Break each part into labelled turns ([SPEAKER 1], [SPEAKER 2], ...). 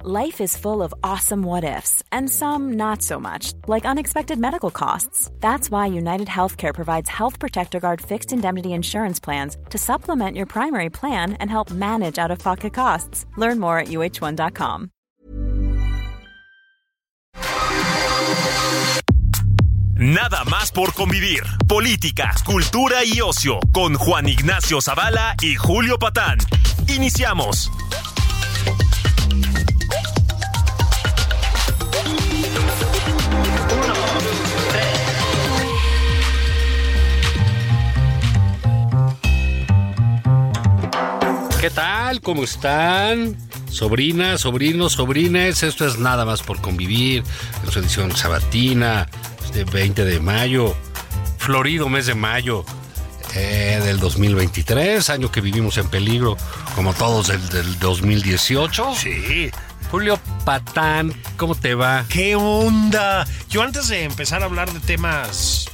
[SPEAKER 1] Life is full of awesome what ifs, and some not so much, like unexpected medical costs. That's why United Healthcare provides Health Protector Guard fixed indemnity insurance plans to supplement your primary plan and help manage out of pocket costs. Learn more at uh1.com.
[SPEAKER 2] Nada más por convivir. Política, cultura y ocio con Juan Ignacio Zavala y Julio Patán. Iniciamos.
[SPEAKER 3] ¿Qué tal? ¿Cómo están? Sobrinas, sobrinos, sobrines, esto es nada más por convivir, en su edición sabatina, de 20 de mayo, florido mes de mayo eh, del 2023, año que vivimos en peligro, como todos el del 2018.
[SPEAKER 4] Sí.
[SPEAKER 3] Julio Patán, ¿cómo te va?
[SPEAKER 4] ¿Qué onda? Yo antes de empezar a hablar de temas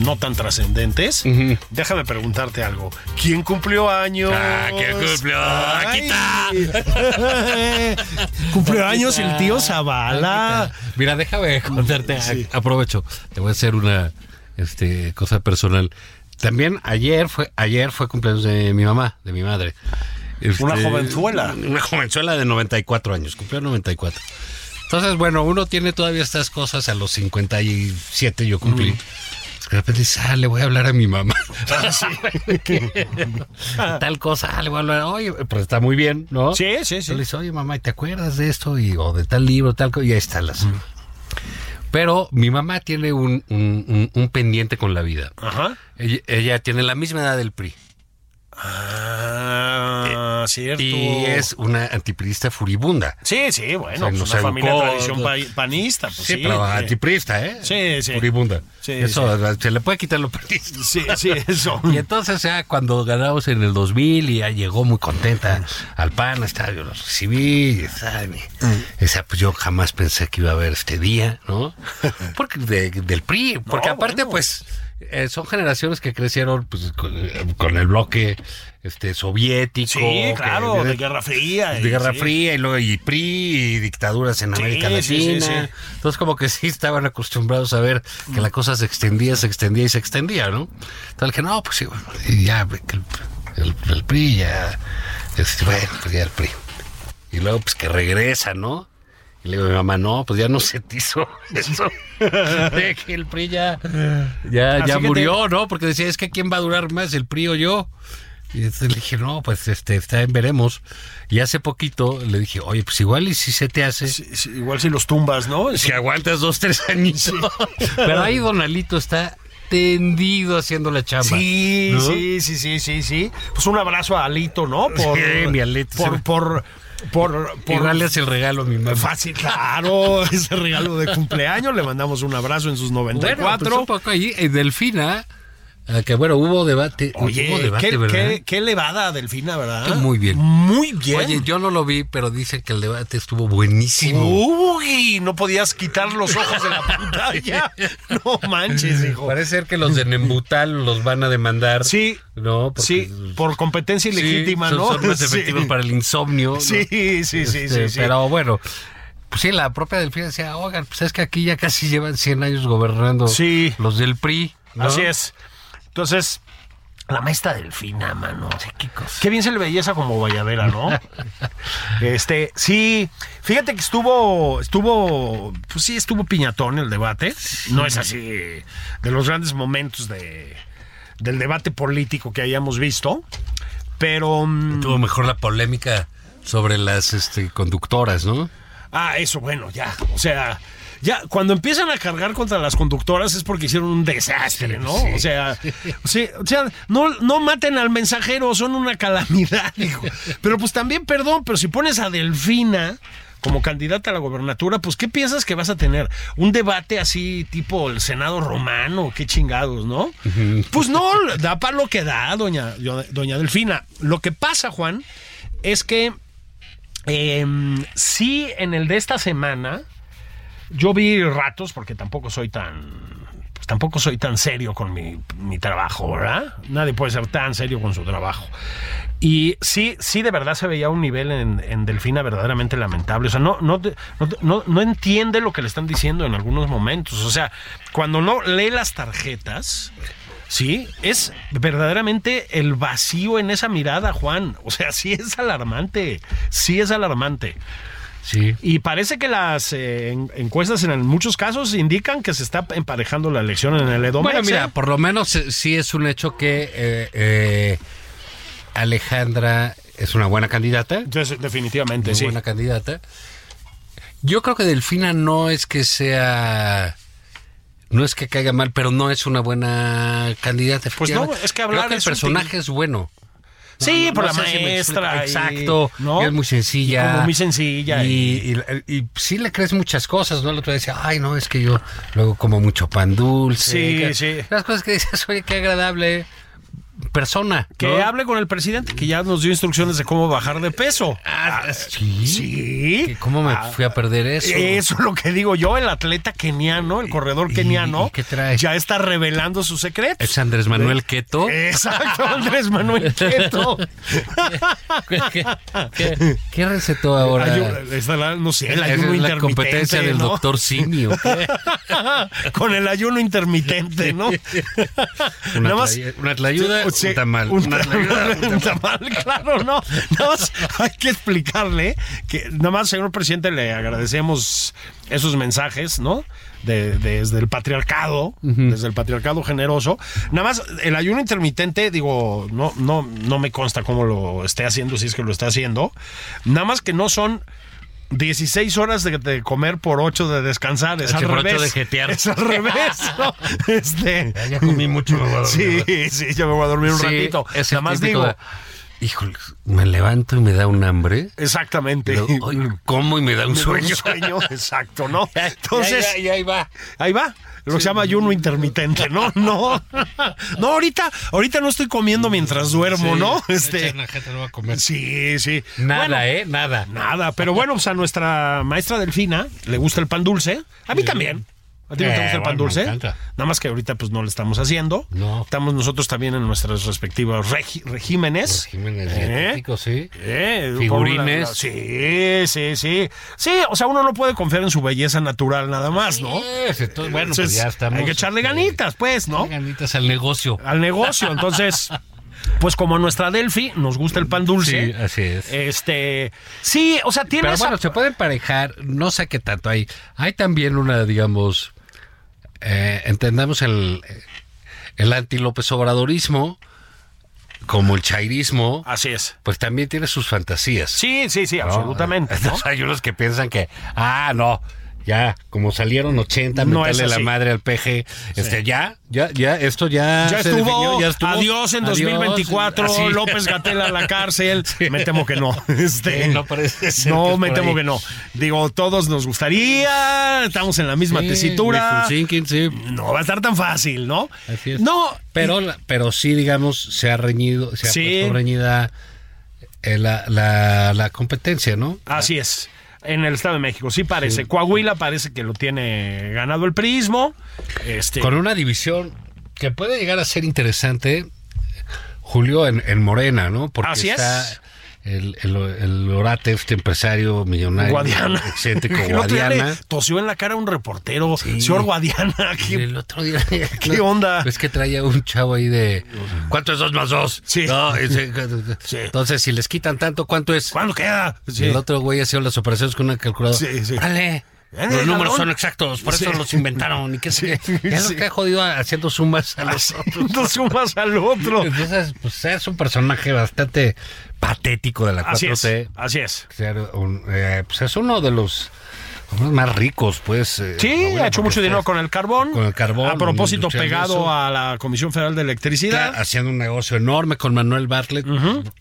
[SPEAKER 4] no tan trascendentes,
[SPEAKER 3] Ujú.
[SPEAKER 4] déjame preguntarte algo. ¿Quién cumplió años?
[SPEAKER 3] Ah, ¿quién cumplió?
[SPEAKER 4] Ay.
[SPEAKER 3] Aquí
[SPEAKER 4] cumplió años el tío Zavala.
[SPEAKER 3] Mira, déjame contarte.
[SPEAKER 4] Sí.
[SPEAKER 3] a- Aprovecho. Te voy a hacer una este, cosa personal. También ayer fue, ayer fue cumpleaños de mi mamá, de mi madre. Este,
[SPEAKER 4] Una jovenzuela.
[SPEAKER 3] Una jovenzuela de 94 años. Cumplió 94. Entonces, bueno, uno tiene todavía estas cosas. A los 57 yo cumplí. De repente dices, ah, le voy a hablar a mi mamá.
[SPEAKER 4] Ah,
[SPEAKER 3] Tal cosa, ah, le voy a hablar. Oye, pero está muy bien, ¿no?
[SPEAKER 4] Sí, sí, sí.
[SPEAKER 3] Yo le dice, oye mamá, ¿y ¿te acuerdas de esto? Y, o de tal libro, tal cosa, y ahí está las. Pero mi mamá tiene un, un- un- un pendiente con la vida.
[SPEAKER 4] Ajá.
[SPEAKER 3] Ella, ella tiene la misma edad del PRI.
[SPEAKER 4] Ah, cierto.
[SPEAKER 3] Y es una antiprista furibunda.
[SPEAKER 4] Sí, sí, bueno,
[SPEAKER 3] O sea,
[SPEAKER 4] pues
[SPEAKER 3] nos
[SPEAKER 4] una familia de
[SPEAKER 3] educó,
[SPEAKER 4] tradición
[SPEAKER 3] ¿no?
[SPEAKER 4] pa- panista, pues
[SPEAKER 3] Sí,
[SPEAKER 4] sí.
[SPEAKER 3] pero
[SPEAKER 4] sí.
[SPEAKER 3] antiprista, ¿eh?
[SPEAKER 4] Sí, sí.
[SPEAKER 3] Furibunda.
[SPEAKER 4] Sí,
[SPEAKER 3] Eso se le puede quitar lo partidista.
[SPEAKER 4] Sí, sí, eso.
[SPEAKER 3] Y entonces ya cuando ganamos en el 2000 y ya llegó muy contenta al PAN, hasta yo lo recibí, y está, y-
[SPEAKER 4] Mm.
[SPEAKER 3] esa, pues yo jamás pensé que iba a haber este día, ¿no? Porque de- del PRI, porque
[SPEAKER 4] No,
[SPEAKER 3] aparte
[SPEAKER 4] bueno.
[SPEAKER 3] pues eh, son generaciones que crecieron pues, con, eh, con el bloque este soviético,
[SPEAKER 4] Sí,
[SPEAKER 3] que-
[SPEAKER 4] claro, de
[SPEAKER 3] de,
[SPEAKER 4] Guerra Fría.
[SPEAKER 3] de Guerra
[SPEAKER 4] sí.
[SPEAKER 3] Fría y luego y PRI y dictaduras en
[SPEAKER 4] Sí,
[SPEAKER 3] América Latina.
[SPEAKER 4] sí, sí, sí.
[SPEAKER 3] Entonces como que sí estaban acostumbrados a ver que la cosa se extendía, se extendía y se extendía, ¿no? Tal que no, pues sí, bueno, y ya que el, el- el PRI ya, este, bueno, pues ya el PRI. Y luego pues que regresa, ¿no? Y le digo a mi mamá, no, pues ya no se te hizo eso. De que el PRI ya, ya,
[SPEAKER 4] Así
[SPEAKER 3] ya
[SPEAKER 4] que te-
[SPEAKER 3] murió, ¿no? Porque decía, es que ¿quién va a durar más, el PRI o yo? Y entonces le dije, no, pues este, está en veremos. Y hace poquito le dije, oye, pues igual y si se te hace,
[SPEAKER 4] Sí, sí, igual si los tumbas, ¿no?
[SPEAKER 3] si aguantas dos, tres añitos. Pero ahí Don Alito está tendido haciendo la chamba.
[SPEAKER 4] Sí,
[SPEAKER 3] ¿no?
[SPEAKER 4] sí, sí, sí, sí, sí. Pues un abrazo a Alito, ¿no? Por,
[SPEAKER 3] Sí, mi Alito, sí.
[SPEAKER 4] Por, por, por, por-
[SPEAKER 3] Igual le hace el regalo a mi mamá.
[SPEAKER 4] fácil, claro, ese regalo de cumpleaños. Le mandamos un abrazo en sus
[SPEAKER 3] Bueno,
[SPEAKER 4] 94.
[SPEAKER 3] pues un poco ahí, eh, Delfina, eh, que bueno, hubo debate. hubo
[SPEAKER 4] Oye,
[SPEAKER 3] debate,
[SPEAKER 4] qué,
[SPEAKER 3] ¿verdad?
[SPEAKER 4] qué, qué elevada Delfina, ¿verdad?
[SPEAKER 3] Estuvo muy bien.
[SPEAKER 4] Muy bien.
[SPEAKER 3] Oye, yo no lo vi, pero dicen que el debate estuvo buenísimo.
[SPEAKER 4] Uy, no podías quitar los ojos de la pantalla. No manches, hijo.
[SPEAKER 3] Parece ser que los de Nembutal los van a demandar.
[SPEAKER 4] Uh. Sí,
[SPEAKER 3] ¿no? Porque-
[SPEAKER 4] sí, por competencia
[SPEAKER 3] sí,
[SPEAKER 4] ilegítima,
[SPEAKER 3] son-
[SPEAKER 4] ¿no?
[SPEAKER 3] Son más efectivos
[SPEAKER 4] Sí.
[SPEAKER 3] para el insomnio. ¿no?
[SPEAKER 4] Sí, sí, sí,
[SPEAKER 3] Este,
[SPEAKER 4] sí, sí.
[SPEAKER 3] Pero bueno, pues sí, la propia Delfina decía, oigan, pues es que aquí ya casi llevan 100 años gobernando
[SPEAKER 4] Sí.
[SPEAKER 3] los del PRI. ¿no?
[SPEAKER 4] Así es. Entonces, la maestra Delfina, mano. qué, bien se le veía esa como valladera, ¿no? este, sí, fíjate que estuvo, estuvo, pues sí, estuvo piñatón el debate. No es así de los grandes momentos de, del debate político que hayamos visto, pero... mm,
[SPEAKER 3] Tuvo mejor la polémica sobre las este, conductoras, ¿no?
[SPEAKER 4] Ah, eso, bueno, ya. O sea, ya cuando empiezan a cargar contra las conductoras es porque hicieron un desastre, ¿no?
[SPEAKER 3] Sí.
[SPEAKER 4] O sea, sí, o sea, no, no maten al mensajero, son una calamidad, hijo. Pero pues también, perdón, pero si pones a Delfina como candidata a la gobernatura, pues ¿qué piensas que vas a tener? ¿Un debate así tipo el Senado romano? ¿Qué chingados, no? Pues no, da para lo que da, doña, doña Delfina. Lo que pasa, Juan, es que... Em, sí, en el de esta semana, yo vi ratos, porque tampoco soy tan. pues, tampoco soy tan serio con mi, mi trabajo, ¿verdad? Nadie puede ser tan serio con su trabajo. Y sí, sí, de verdad se veía un nivel en, en Delfina verdaderamente lamentable. O sea, no, no, no, no, no entiende lo que le están diciendo en algunos momentos. O sea, cuando no lee las tarjetas, sí, es verdaderamente el vacío en esa mirada, Juan. O sea, sí es alarmante. Sí es alarmante.
[SPEAKER 3] Sí.
[SPEAKER 4] Y parece que las eh, en- encuestas en muchos casos indican que se está emparejando la elección en el Edomex.
[SPEAKER 3] Bueno, mira,
[SPEAKER 4] ¿eh?
[SPEAKER 3] por lo menos eh, sí es un hecho que eh, eh, Alejandra es una buena candidata.
[SPEAKER 4] Entonces,
[SPEAKER 3] Muy
[SPEAKER 4] definitivamente, Pues sí.
[SPEAKER 3] buena candidata. Yo creo que Delfina no es que sea. No es que caiga mal, pero no es una buena candidata.
[SPEAKER 4] Pues no,
[SPEAKER 3] efectivamente.
[SPEAKER 4] es que hablar
[SPEAKER 3] Creo el
[SPEAKER 4] es
[SPEAKER 3] personaje
[SPEAKER 4] útil.
[SPEAKER 3] es bueno.
[SPEAKER 4] Sí,
[SPEAKER 3] No, no
[SPEAKER 4] por la
[SPEAKER 3] sé si me
[SPEAKER 4] maestra.
[SPEAKER 3] explico.
[SPEAKER 4] y-
[SPEAKER 3] Exacto.
[SPEAKER 4] ¿no?
[SPEAKER 3] y es muy sencilla.
[SPEAKER 4] Y como muy sencilla.
[SPEAKER 3] Y,
[SPEAKER 4] y-
[SPEAKER 3] y- y sí le crees muchas cosas, ¿no? El otro día decía, ay, no, es que yo luego como mucho pan dulce.
[SPEAKER 4] Sí,
[SPEAKER 3] Que-
[SPEAKER 4] sí.
[SPEAKER 3] Las cosas que dices, oye, qué agradable persona.
[SPEAKER 4] que
[SPEAKER 3] ¿no?
[SPEAKER 4] hable con el presidente, que ya nos dio instrucciones de cómo bajar de peso.
[SPEAKER 3] Ah, sí.
[SPEAKER 4] Sí.
[SPEAKER 3] Que ¿Cómo me fui a perder eso?
[SPEAKER 4] Eso es lo que digo yo, el atleta keniano, el corredor
[SPEAKER 3] y-
[SPEAKER 4] keniano,
[SPEAKER 3] y qué trae?
[SPEAKER 4] ya está revelando sus secretos.
[SPEAKER 3] Es Andrés Manuel Keto.
[SPEAKER 4] eh, Exacto, Andrés Manuel Queto.
[SPEAKER 3] ¿Qué, qué- qué recetó ahora?
[SPEAKER 4] Ayuno- está la- no sé, el
[SPEAKER 3] Esa es
[SPEAKER 4] ayuno
[SPEAKER 3] la
[SPEAKER 4] intermitente.
[SPEAKER 3] competencia del
[SPEAKER 4] ¿no?
[SPEAKER 3] doctor Simio.
[SPEAKER 4] Con el ayuno intermitente, ¿no?
[SPEAKER 3] Una tlaya- una tlayuda, un tamal.
[SPEAKER 4] un
[SPEAKER 3] Una tlayuda, un
[SPEAKER 4] un tamal, claro, no. Nada más hay que explicarle que, nada más, señor presidente, le agradecemos esos mensajes, ¿no? De- desde el patriarcado, desde el patriarcado generoso. Nada más, el ayuno intermitente, digo, no, no, no me consta cómo lo esté haciendo, si es que lo está haciendo. Nada más que no son 16 horas de, de comer por 8 de descansar, es
[SPEAKER 3] Sí,
[SPEAKER 4] al
[SPEAKER 3] Ah, por ocho
[SPEAKER 4] revés.
[SPEAKER 3] de jetear.
[SPEAKER 4] Es al revés, ¿no? Este.
[SPEAKER 3] Ya, ya comí mucho, me voy a dormir.
[SPEAKER 4] Sí, sí, yo me voy a dormir un
[SPEAKER 3] Sí,
[SPEAKER 4] ratito.
[SPEAKER 3] es el
[SPEAKER 4] Nada más
[SPEAKER 3] típico
[SPEAKER 4] digo.
[SPEAKER 3] de, Híjole, me levanto y me da un hambre.
[SPEAKER 4] Exactamente.
[SPEAKER 3] Pero, ay, como y me da un
[SPEAKER 4] Me da un
[SPEAKER 3] sueño.
[SPEAKER 4] sueño, exacto, ¿no? Entonces,
[SPEAKER 3] Ya, ya, ya, ahí va.
[SPEAKER 4] ahí va. Lo que se llama ayuno intermitente, ¿no? No. No, ahorita, ahorita no estoy comiendo mientras duermo,
[SPEAKER 3] Sí,
[SPEAKER 4] ¿no?
[SPEAKER 3] echar
[SPEAKER 4] Este.
[SPEAKER 3] una jeta, no va a comer.
[SPEAKER 4] Sí, sí.
[SPEAKER 3] Nada,
[SPEAKER 4] Bueno,
[SPEAKER 3] ¿eh? Nada.
[SPEAKER 4] Nada, pero bueno, pues a nuestra maestra Delfina le gusta el pan dulce. A mí también. ¿A ti no te
[SPEAKER 3] Eh,
[SPEAKER 4] gusta el pan
[SPEAKER 3] bueno, me
[SPEAKER 4] dulce?
[SPEAKER 3] encanta.
[SPEAKER 4] Nada más que ahorita pues no lo estamos haciendo.
[SPEAKER 3] No.
[SPEAKER 4] Estamos nosotros también en nuestros respectivos regi- regímenes.
[SPEAKER 3] Regímenes
[SPEAKER 4] ¿Eh?
[SPEAKER 3] dietéticos, sí.
[SPEAKER 4] Eh,
[SPEAKER 3] Figurines.
[SPEAKER 4] con una- sí, sí, sí. Sí, o sea, uno no puede confiar en su belleza natural nada más, ¿no?
[SPEAKER 3] Sí, entonces, Pues bueno, pues
[SPEAKER 4] Entonces,
[SPEAKER 3] ya estamos.
[SPEAKER 4] Hay que echarle
[SPEAKER 3] este,
[SPEAKER 4] ganitas, pues, ¿no? Ah,
[SPEAKER 3] echarle Ganitas al negocio.
[SPEAKER 4] Al negocio. Entonces, pues como a nuestra Delphi nos gusta el pan
[SPEAKER 3] Sí,
[SPEAKER 4] dulce.
[SPEAKER 3] así es.
[SPEAKER 4] Este, sí, o sea, tiene
[SPEAKER 3] Pero
[SPEAKER 4] esa-
[SPEAKER 3] bueno, se puede emparejar, no sé qué tanto hay. Hay también una, digamos, eh, entendamos el, el anti-López Obradorismo como el chairismo,
[SPEAKER 4] Así es.
[SPEAKER 3] pues también tiene sus fantasías.
[SPEAKER 4] Sí, sí, sí,
[SPEAKER 3] ¿no?
[SPEAKER 4] absolutamente. ¿no?
[SPEAKER 3] Entonces hay unos que piensan que, ah, no, ya, como salieron 80,
[SPEAKER 4] No
[SPEAKER 3] meterle
[SPEAKER 4] es así.
[SPEAKER 3] la madre al peje, este, ya, ya, ya, esto ya,
[SPEAKER 4] Ya
[SPEAKER 3] se
[SPEAKER 4] estuvo,
[SPEAKER 3] definió, ya estuvo.
[SPEAKER 4] adiós en
[SPEAKER 3] Adiós,
[SPEAKER 4] 2024,
[SPEAKER 3] así.
[SPEAKER 4] López Gatel a la cárcel. Me temo que no. Este,
[SPEAKER 3] Sí, no parece ser
[SPEAKER 4] no,
[SPEAKER 3] que es
[SPEAKER 4] me
[SPEAKER 3] por
[SPEAKER 4] temo
[SPEAKER 3] ahí.
[SPEAKER 4] que no. Digo, todos nos gustaría, estamos en la misma
[SPEAKER 3] Sí,
[SPEAKER 4] tesitura.
[SPEAKER 3] Mifun Sinkin, sí.
[SPEAKER 4] No va a estar tan fácil, ¿no?
[SPEAKER 3] Así es.
[SPEAKER 4] No,
[SPEAKER 3] Pero, la- pero sí, digamos, se ha reñido, se ha
[SPEAKER 4] Sí.
[SPEAKER 3] puesto reñida eh, la, la- la competencia, ¿no?
[SPEAKER 4] así es. En el Estado de México, sí parece. Coahuila parece que lo tiene ganado el prismo. Este,
[SPEAKER 3] Con una división que puede llegar a ser interesante, Julio, en, en Morena, ¿no? Porque
[SPEAKER 4] Así
[SPEAKER 3] está
[SPEAKER 4] es.
[SPEAKER 3] el, el, el orate, este empresario millonario,
[SPEAKER 4] Guadiana.
[SPEAKER 3] excéntrico
[SPEAKER 4] El otro día le
[SPEAKER 3] Guadiana.
[SPEAKER 4] tosió en la cara a un reportero.
[SPEAKER 3] Sí.
[SPEAKER 4] Señor Guadiana,
[SPEAKER 3] Y
[SPEAKER 4] qué
[SPEAKER 3] El otro día.
[SPEAKER 4] ¿Qué onda?
[SPEAKER 3] Es que traía un chavo ahí de. ¿Cuánto es dos más dos?
[SPEAKER 4] Sí.
[SPEAKER 3] No, ese-
[SPEAKER 4] Sí.
[SPEAKER 3] Entonces, si les quitan tanto, ¿cuánto es?
[SPEAKER 4] ¿Cuándo queda?
[SPEAKER 3] Y El otro güey hacía las operaciones con una calculadora.
[SPEAKER 4] Sí, sí.
[SPEAKER 3] Órale,
[SPEAKER 4] Órale,
[SPEAKER 3] los números
[SPEAKER 4] cabrón.
[SPEAKER 3] son exactos, por eso
[SPEAKER 4] Sí.
[SPEAKER 3] los inventaron. Y qué sé.
[SPEAKER 4] Sí,
[SPEAKER 3] qué. Es
[SPEAKER 4] sí. Ah,
[SPEAKER 3] lo que ha jodido haciendo sumas a los otros.
[SPEAKER 4] Dos sumas al otro.
[SPEAKER 3] Entonces, pues es un personaje bastante patético de la
[SPEAKER 4] Así
[SPEAKER 3] 4T.
[SPEAKER 4] es, así es.
[SPEAKER 3] Ser un, eh, pues es uno de los hombres más ricos, pues. eh,
[SPEAKER 4] Sí,
[SPEAKER 3] Morena,
[SPEAKER 4] ha hecho mucho
[SPEAKER 3] porque
[SPEAKER 4] dinero
[SPEAKER 3] estás
[SPEAKER 4] con el carbón.
[SPEAKER 3] Con el carbón.
[SPEAKER 4] A propósito,
[SPEAKER 3] industrial y
[SPEAKER 4] pegado
[SPEAKER 3] eso.
[SPEAKER 4] a la Comisión Federal de Electricidad.
[SPEAKER 3] Claro, haciendo un negocio enorme con Manuel Bartlett,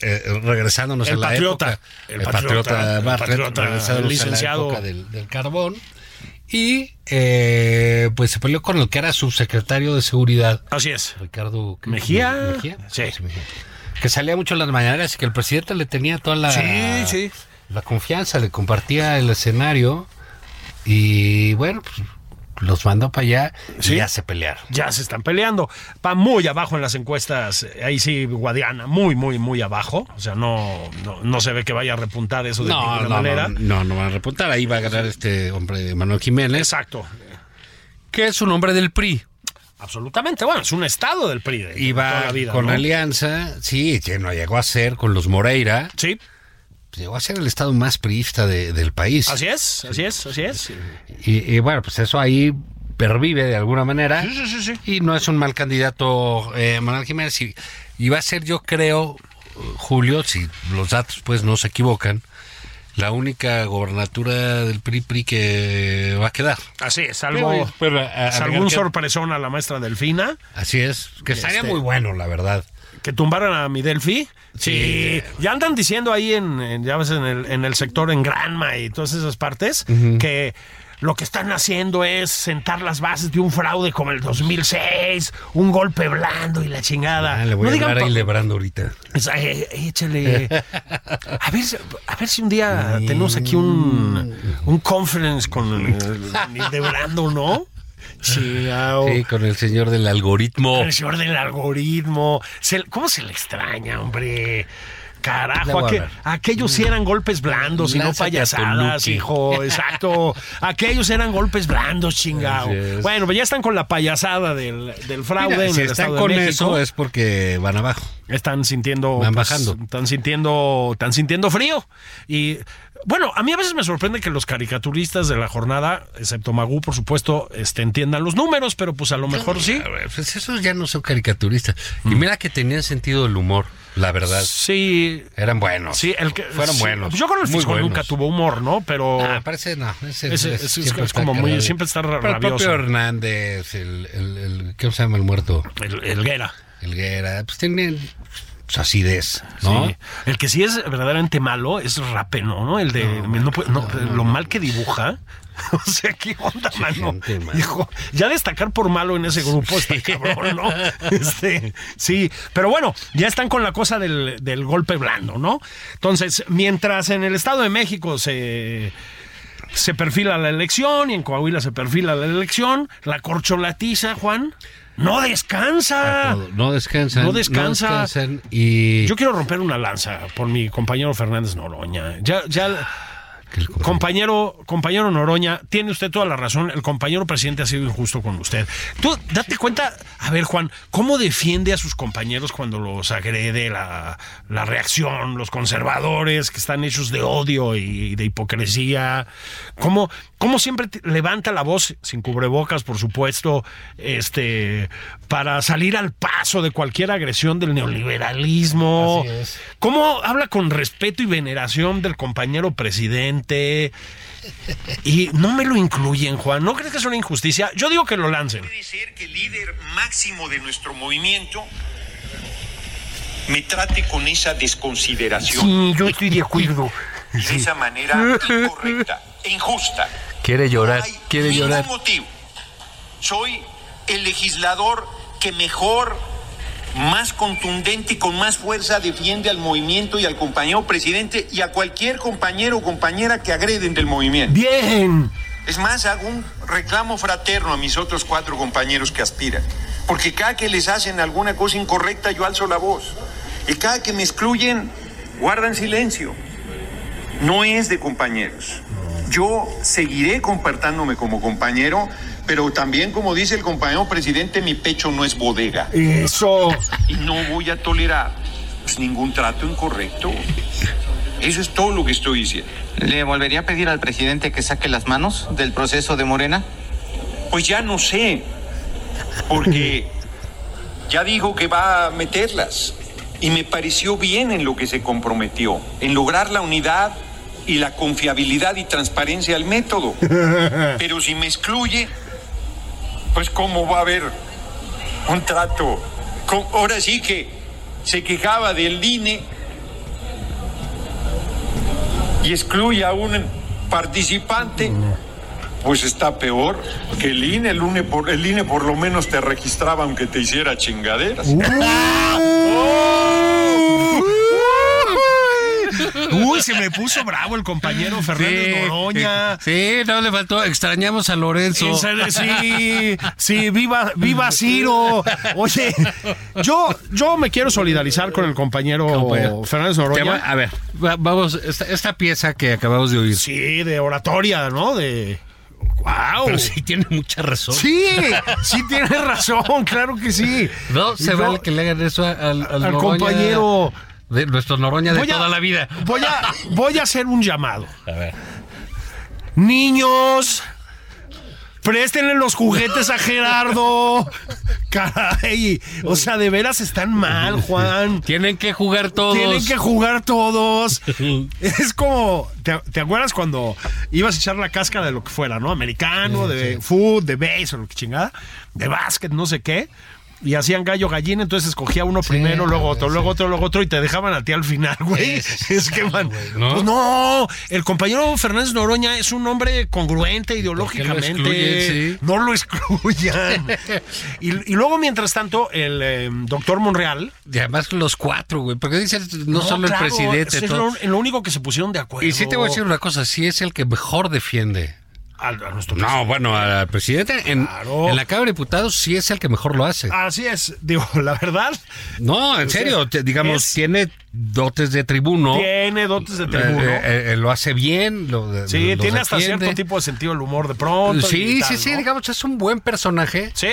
[SPEAKER 3] eh, regresándonos
[SPEAKER 4] El
[SPEAKER 3] a la
[SPEAKER 4] patriota,
[SPEAKER 3] época.
[SPEAKER 4] el patriota, el
[SPEAKER 3] Bartlett,
[SPEAKER 4] patriota,
[SPEAKER 3] regresándonos
[SPEAKER 4] el
[SPEAKER 3] a la
[SPEAKER 4] licenciado.
[SPEAKER 3] época del, del carbón. Y eh, pues se peleó con el que era subsecretario de seguridad,
[SPEAKER 4] Así es.
[SPEAKER 3] Ricardo ¿qué?
[SPEAKER 4] Mejía. Sí.
[SPEAKER 3] Mejía. Que salía mucho en las mañaneras y que el presidente le tenía toda la,
[SPEAKER 4] Sí, sí.
[SPEAKER 3] la confianza, le compartía el escenario. Y bueno, pues, los mandó para allá
[SPEAKER 4] Sí.
[SPEAKER 3] y ya se pelearon.
[SPEAKER 4] Ya se están peleando. Va muy abajo en las encuestas. eh, Ahí sí, Guadiana, muy, muy, muy abajo. O sea, no, no, no se ve que vaya a repuntar eso de
[SPEAKER 3] No,
[SPEAKER 4] ninguna
[SPEAKER 3] no,
[SPEAKER 4] manera.
[SPEAKER 3] no, no, no van a repuntar. Ahí va a ganar este hombre, Manuel Jiménez,
[SPEAKER 4] Exacto.
[SPEAKER 3] que es un hombre del PRI.
[SPEAKER 4] Absolutamente. Bueno, es un estado del PRI. de-
[SPEAKER 3] Y
[SPEAKER 4] de toda
[SPEAKER 3] va
[SPEAKER 4] la vida,
[SPEAKER 3] con
[SPEAKER 4] ¿no?
[SPEAKER 3] alianza, sí, que no llegó a ser con los Moreira,
[SPEAKER 4] Sí,
[SPEAKER 3] llegó a ser el estado más priista de- del país.
[SPEAKER 4] así es, así es, así es.
[SPEAKER 3] Y, y bueno, pues eso ahí pervive de alguna manera.
[SPEAKER 4] Sí, sí, sí, sí.
[SPEAKER 3] Y no es un mal candidato eh, Manuel Jiménez. Y, y va a ser, yo creo, Julio, si los datos pues no se equivocan, la única gobernatura del PRI, PRI que va a quedar.
[SPEAKER 4] Así es, algo. eh,
[SPEAKER 3] Pero, pues, a- a-
[SPEAKER 4] es algún
[SPEAKER 3] que-
[SPEAKER 4] sorpresón a la maestra Delfina.
[SPEAKER 3] Así es, que estaría
[SPEAKER 4] Este-
[SPEAKER 3] muy bueno, la verdad.
[SPEAKER 4] Que tumbaron a mi Delfi. Sí. Ya andan diciendo ahí en, en- ya ves, en el, en el sector en Granma y todas esas partes que lo que están haciendo es sentar las bases de un fraude como el 2006, un golpe blando y la chingada.
[SPEAKER 3] Ah, le voy
[SPEAKER 4] No
[SPEAKER 3] a
[SPEAKER 4] digan
[SPEAKER 3] hablar ahí
[SPEAKER 4] pa-
[SPEAKER 3] lebrando ahorita.
[SPEAKER 4] Es- eh, échale. A ver, si- a ver si un día tenemos aquí un,
[SPEAKER 3] Mm.
[SPEAKER 4] un conference con el- de Brando, ¿no? Chingao.
[SPEAKER 3] Sí, con el señor del algoritmo.
[SPEAKER 4] Oh. El señor del algoritmo. Se- ¿Cómo se le extraña, hombre?
[SPEAKER 3] Ya
[SPEAKER 4] Carajo,
[SPEAKER 3] voy a
[SPEAKER 4] aqu-
[SPEAKER 3] ver. Mm.
[SPEAKER 4] aquellos eran golpes blandos y no
[SPEAKER 3] Lánzate a
[SPEAKER 4] payasadas,
[SPEAKER 3] Toluca.
[SPEAKER 4] hijo. Exacto. Aquellos eran golpes blandos, chingao.
[SPEAKER 3] Así es.
[SPEAKER 4] Bueno, pues ya están con la payasada del, del fraude
[SPEAKER 3] Mira,
[SPEAKER 4] en
[SPEAKER 3] si
[SPEAKER 4] el
[SPEAKER 3] están
[SPEAKER 4] Estado de
[SPEAKER 3] con
[SPEAKER 4] México.
[SPEAKER 3] eso es porque van abajo.
[SPEAKER 4] Están sintiendo. pues,
[SPEAKER 3] Van bajando.
[SPEAKER 4] Están sintiendo. Están sintiendo frío. Y bueno, a mí a veces me sorprende que los caricaturistas de la jornada, excepto Magú, por supuesto, este, entiendan los números, pero pues a lo mejor sí.
[SPEAKER 3] A ver, pues esos ya no son caricaturistas. Y mira que tenían sentido del humor, la verdad.
[SPEAKER 4] Sí.
[SPEAKER 3] Eran buenos.
[SPEAKER 4] Sí, el que.
[SPEAKER 3] Fueron
[SPEAKER 4] sí.
[SPEAKER 3] buenos.
[SPEAKER 4] Yo creo que el
[SPEAKER 3] Muy
[SPEAKER 4] Fisco
[SPEAKER 3] buenos.
[SPEAKER 4] nunca tuvo humor, ¿no? Pero.
[SPEAKER 3] Ah, parece no. Ese,
[SPEAKER 4] Ese-
[SPEAKER 3] ese
[SPEAKER 4] es-
[SPEAKER 3] siempre
[SPEAKER 4] es como
[SPEAKER 3] está
[SPEAKER 4] muy-
[SPEAKER 3] cargado.
[SPEAKER 4] siempre está
[SPEAKER 3] Pero el propio
[SPEAKER 4] rabioso.
[SPEAKER 3] Hernández, el, el, el- ¿Cómo se llama el muerto?
[SPEAKER 4] el, Helguera.
[SPEAKER 3] Helguera. Pues tienen su acidez, ¿no?
[SPEAKER 4] Sí. El que sí es verdaderamente malo es Rapeno, ¿no? El de. no puede- no, lo mal que dibuja. O sea, ¿qué onda, mano?
[SPEAKER 3] gente, man.
[SPEAKER 4] Hijo, ya destacar por malo en ese grupo está cabrón, ¿no? Este, sí, pero bueno, ya están con la cosa del, del golpe blando, ¿no? Entonces, mientras en el Estado de México se, se perfila la elección y en Coahuila se perfila la elección, la corcholatiza, Juan, no descansa.
[SPEAKER 3] Todo. No descansan.
[SPEAKER 4] No descansa.
[SPEAKER 3] descansan y.
[SPEAKER 4] Yo quiero romper una lanza por mi compañero Fernández Noroña. Ya, ya, compañero, compañero Noroña, tiene usted toda la razón. El compañero presidente ha sido injusto con usted. Tú date cuenta, a ver, Juan, ¿cómo defiende a sus compañeros cuando los agrede la, la reacción, los conservadores que están hechos de odio y de hipocresía? ¿Cómo, cómo siempre te- levanta la voz, sin cubrebocas, por supuesto, este, para salir al paso de cualquier agresión del neoliberalismo?
[SPEAKER 3] Así es.
[SPEAKER 4] ¿Cómo habla con respeto y veneración del compañero presidente? Y no me lo incluyen, Juan. ¿No crees que es una injusticia? Yo digo que lo lancen.
[SPEAKER 5] puede ser que el líder máximo de nuestro movimiento me trate con esa desconsideración
[SPEAKER 4] yo estoy de acuerdo.
[SPEAKER 5] y de esa manera incorrecta e injusta.
[SPEAKER 3] Quiere llorar,
[SPEAKER 5] No hay ningún motivo. Soy el legislador que mejor, más contundente y con más fuerza defiende al movimiento y al compañero presidente y a cualquier compañero o compañera que agreden del movimiento.
[SPEAKER 4] Bien.
[SPEAKER 5] Es más, hago un reclamo fraterno a mis otros cuatro compañeros que aspiran. Porque cada que les hacen alguna cosa incorrecta, yo alzo la voz. Y cada que me excluyen, guardan silencio. No es de compañeros. Yo seguiré comportándome como compañero, pero también, como dice el compañero presidente, mi pecho no es bodega.
[SPEAKER 4] Eso.
[SPEAKER 5] Y no voy a tolerar pues, ningún trato incorrecto. Eso es todo lo que estoy diciendo.
[SPEAKER 6] ¿Le volvería a pedir al presidente que saque las manos del proceso de Morena?
[SPEAKER 5] Pues ya no sé, porque ya dijo que va a meterlas. Y me pareció bien en lo que se comprometió, en lograr la unidad y la confiabilidad y transparencia del método. Pero si me excluye, pues cómo va a haber un trato. Co- Ahora sí que se quejaba del E INE y excluye a un participante pues está peor que el INE. El, INE por, el INE por lo menos te registraba aunque te hiciera chingaderas.
[SPEAKER 4] Uy, se me puso bravo el compañero Fernández Noroña.
[SPEAKER 3] Sí, no le faltó. Extrañamos a Lorenzo.
[SPEAKER 4] En serio, Sí, sí, viva, viva Ciro. Oye, yo, yo me quiero solidarizar con el compañero
[SPEAKER 3] Compañero.
[SPEAKER 4] Fernández
[SPEAKER 3] Te va-
[SPEAKER 4] Noroña.
[SPEAKER 3] a ver, va- vamos, esta, esta pieza que acabamos de oír.
[SPEAKER 4] Sí, de oratoria, ¿no? De. ¡Wow!
[SPEAKER 3] Pero sí tiene mucha razón.
[SPEAKER 4] Sí, sí tienes razón, claro que sí.
[SPEAKER 3] No se
[SPEAKER 4] Yo-
[SPEAKER 3] vale que le hagan eso al, al
[SPEAKER 4] al
[SPEAKER 3] Noroña,
[SPEAKER 4] compañero.
[SPEAKER 3] De nuestro Noroña de
[SPEAKER 4] Voy a-
[SPEAKER 3] toda la vida.
[SPEAKER 4] Voy a, voy a hacer un llamado.
[SPEAKER 3] A ver.
[SPEAKER 4] Niños, préstenle los juguetes a Gerardo. Caray, o sea, de veras están mal, Juan.
[SPEAKER 3] Tienen que jugar todos.
[SPEAKER 4] Tienen que jugar todos. Es como, ¿te, te acuerdas cuando ibas a echar la cáscara de lo que fuera, ¿no? Americano, de food, de base, o lo que chingada, de básquet, no sé qué. Y hacían gallo gallina, entonces escogía uno primero, luego otro, luego otro, luego otro, y te dejaban a ti al final,
[SPEAKER 3] Sí,
[SPEAKER 4] güey.
[SPEAKER 3] sí, sí,
[SPEAKER 4] es que, man, pues
[SPEAKER 3] ¿no?
[SPEAKER 4] ¿no? el compañero Fernández Noroña es un hombre congruente
[SPEAKER 3] qué lo
[SPEAKER 4] ideológicamente.
[SPEAKER 3] excluyen, sí?
[SPEAKER 4] No lo excluyan. y, y luego, mientras tanto, el em, doctor Monreal,
[SPEAKER 3] Y además los cuatro, güey. Porque dicen, no, solo
[SPEAKER 4] claro,
[SPEAKER 3] el presidente.
[SPEAKER 4] eso Es
[SPEAKER 3] todo.
[SPEAKER 4] lo, lo único que se pusieron de acuerdo.
[SPEAKER 3] Y sí te voy a decir una cosa, sí es el que mejor defiende.
[SPEAKER 4] A, a nuestro
[SPEAKER 3] No, bueno, al presidente en,
[SPEAKER 4] Claro.
[SPEAKER 3] en la Cámara de Diputados sí es el que mejor lo hace.
[SPEAKER 4] Así es, digo, la verdad,
[SPEAKER 3] no, en serio, te- digamos,
[SPEAKER 4] es-
[SPEAKER 3] tiene dotes de tribuno.
[SPEAKER 4] tiene dotes de
[SPEAKER 3] Eh,
[SPEAKER 4] tribuno.
[SPEAKER 3] eh, eh, lo hace bien. Lo,
[SPEAKER 4] sí,
[SPEAKER 3] lo
[SPEAKER 4] tiene hasta
[SPEAKER 3] defiende.
[SPEAKER 4] cierto tipo de sentido del humor de pronto.
[SPEAKER 3] Sí,
[SPEAKER 4] y tal,
[SPEAKER 3] sí, sí,
[SPEAKER 4] ¿no?
[SPEAKER 3] digamos, es un buen personaje.
[SPEAKER 4] Sí,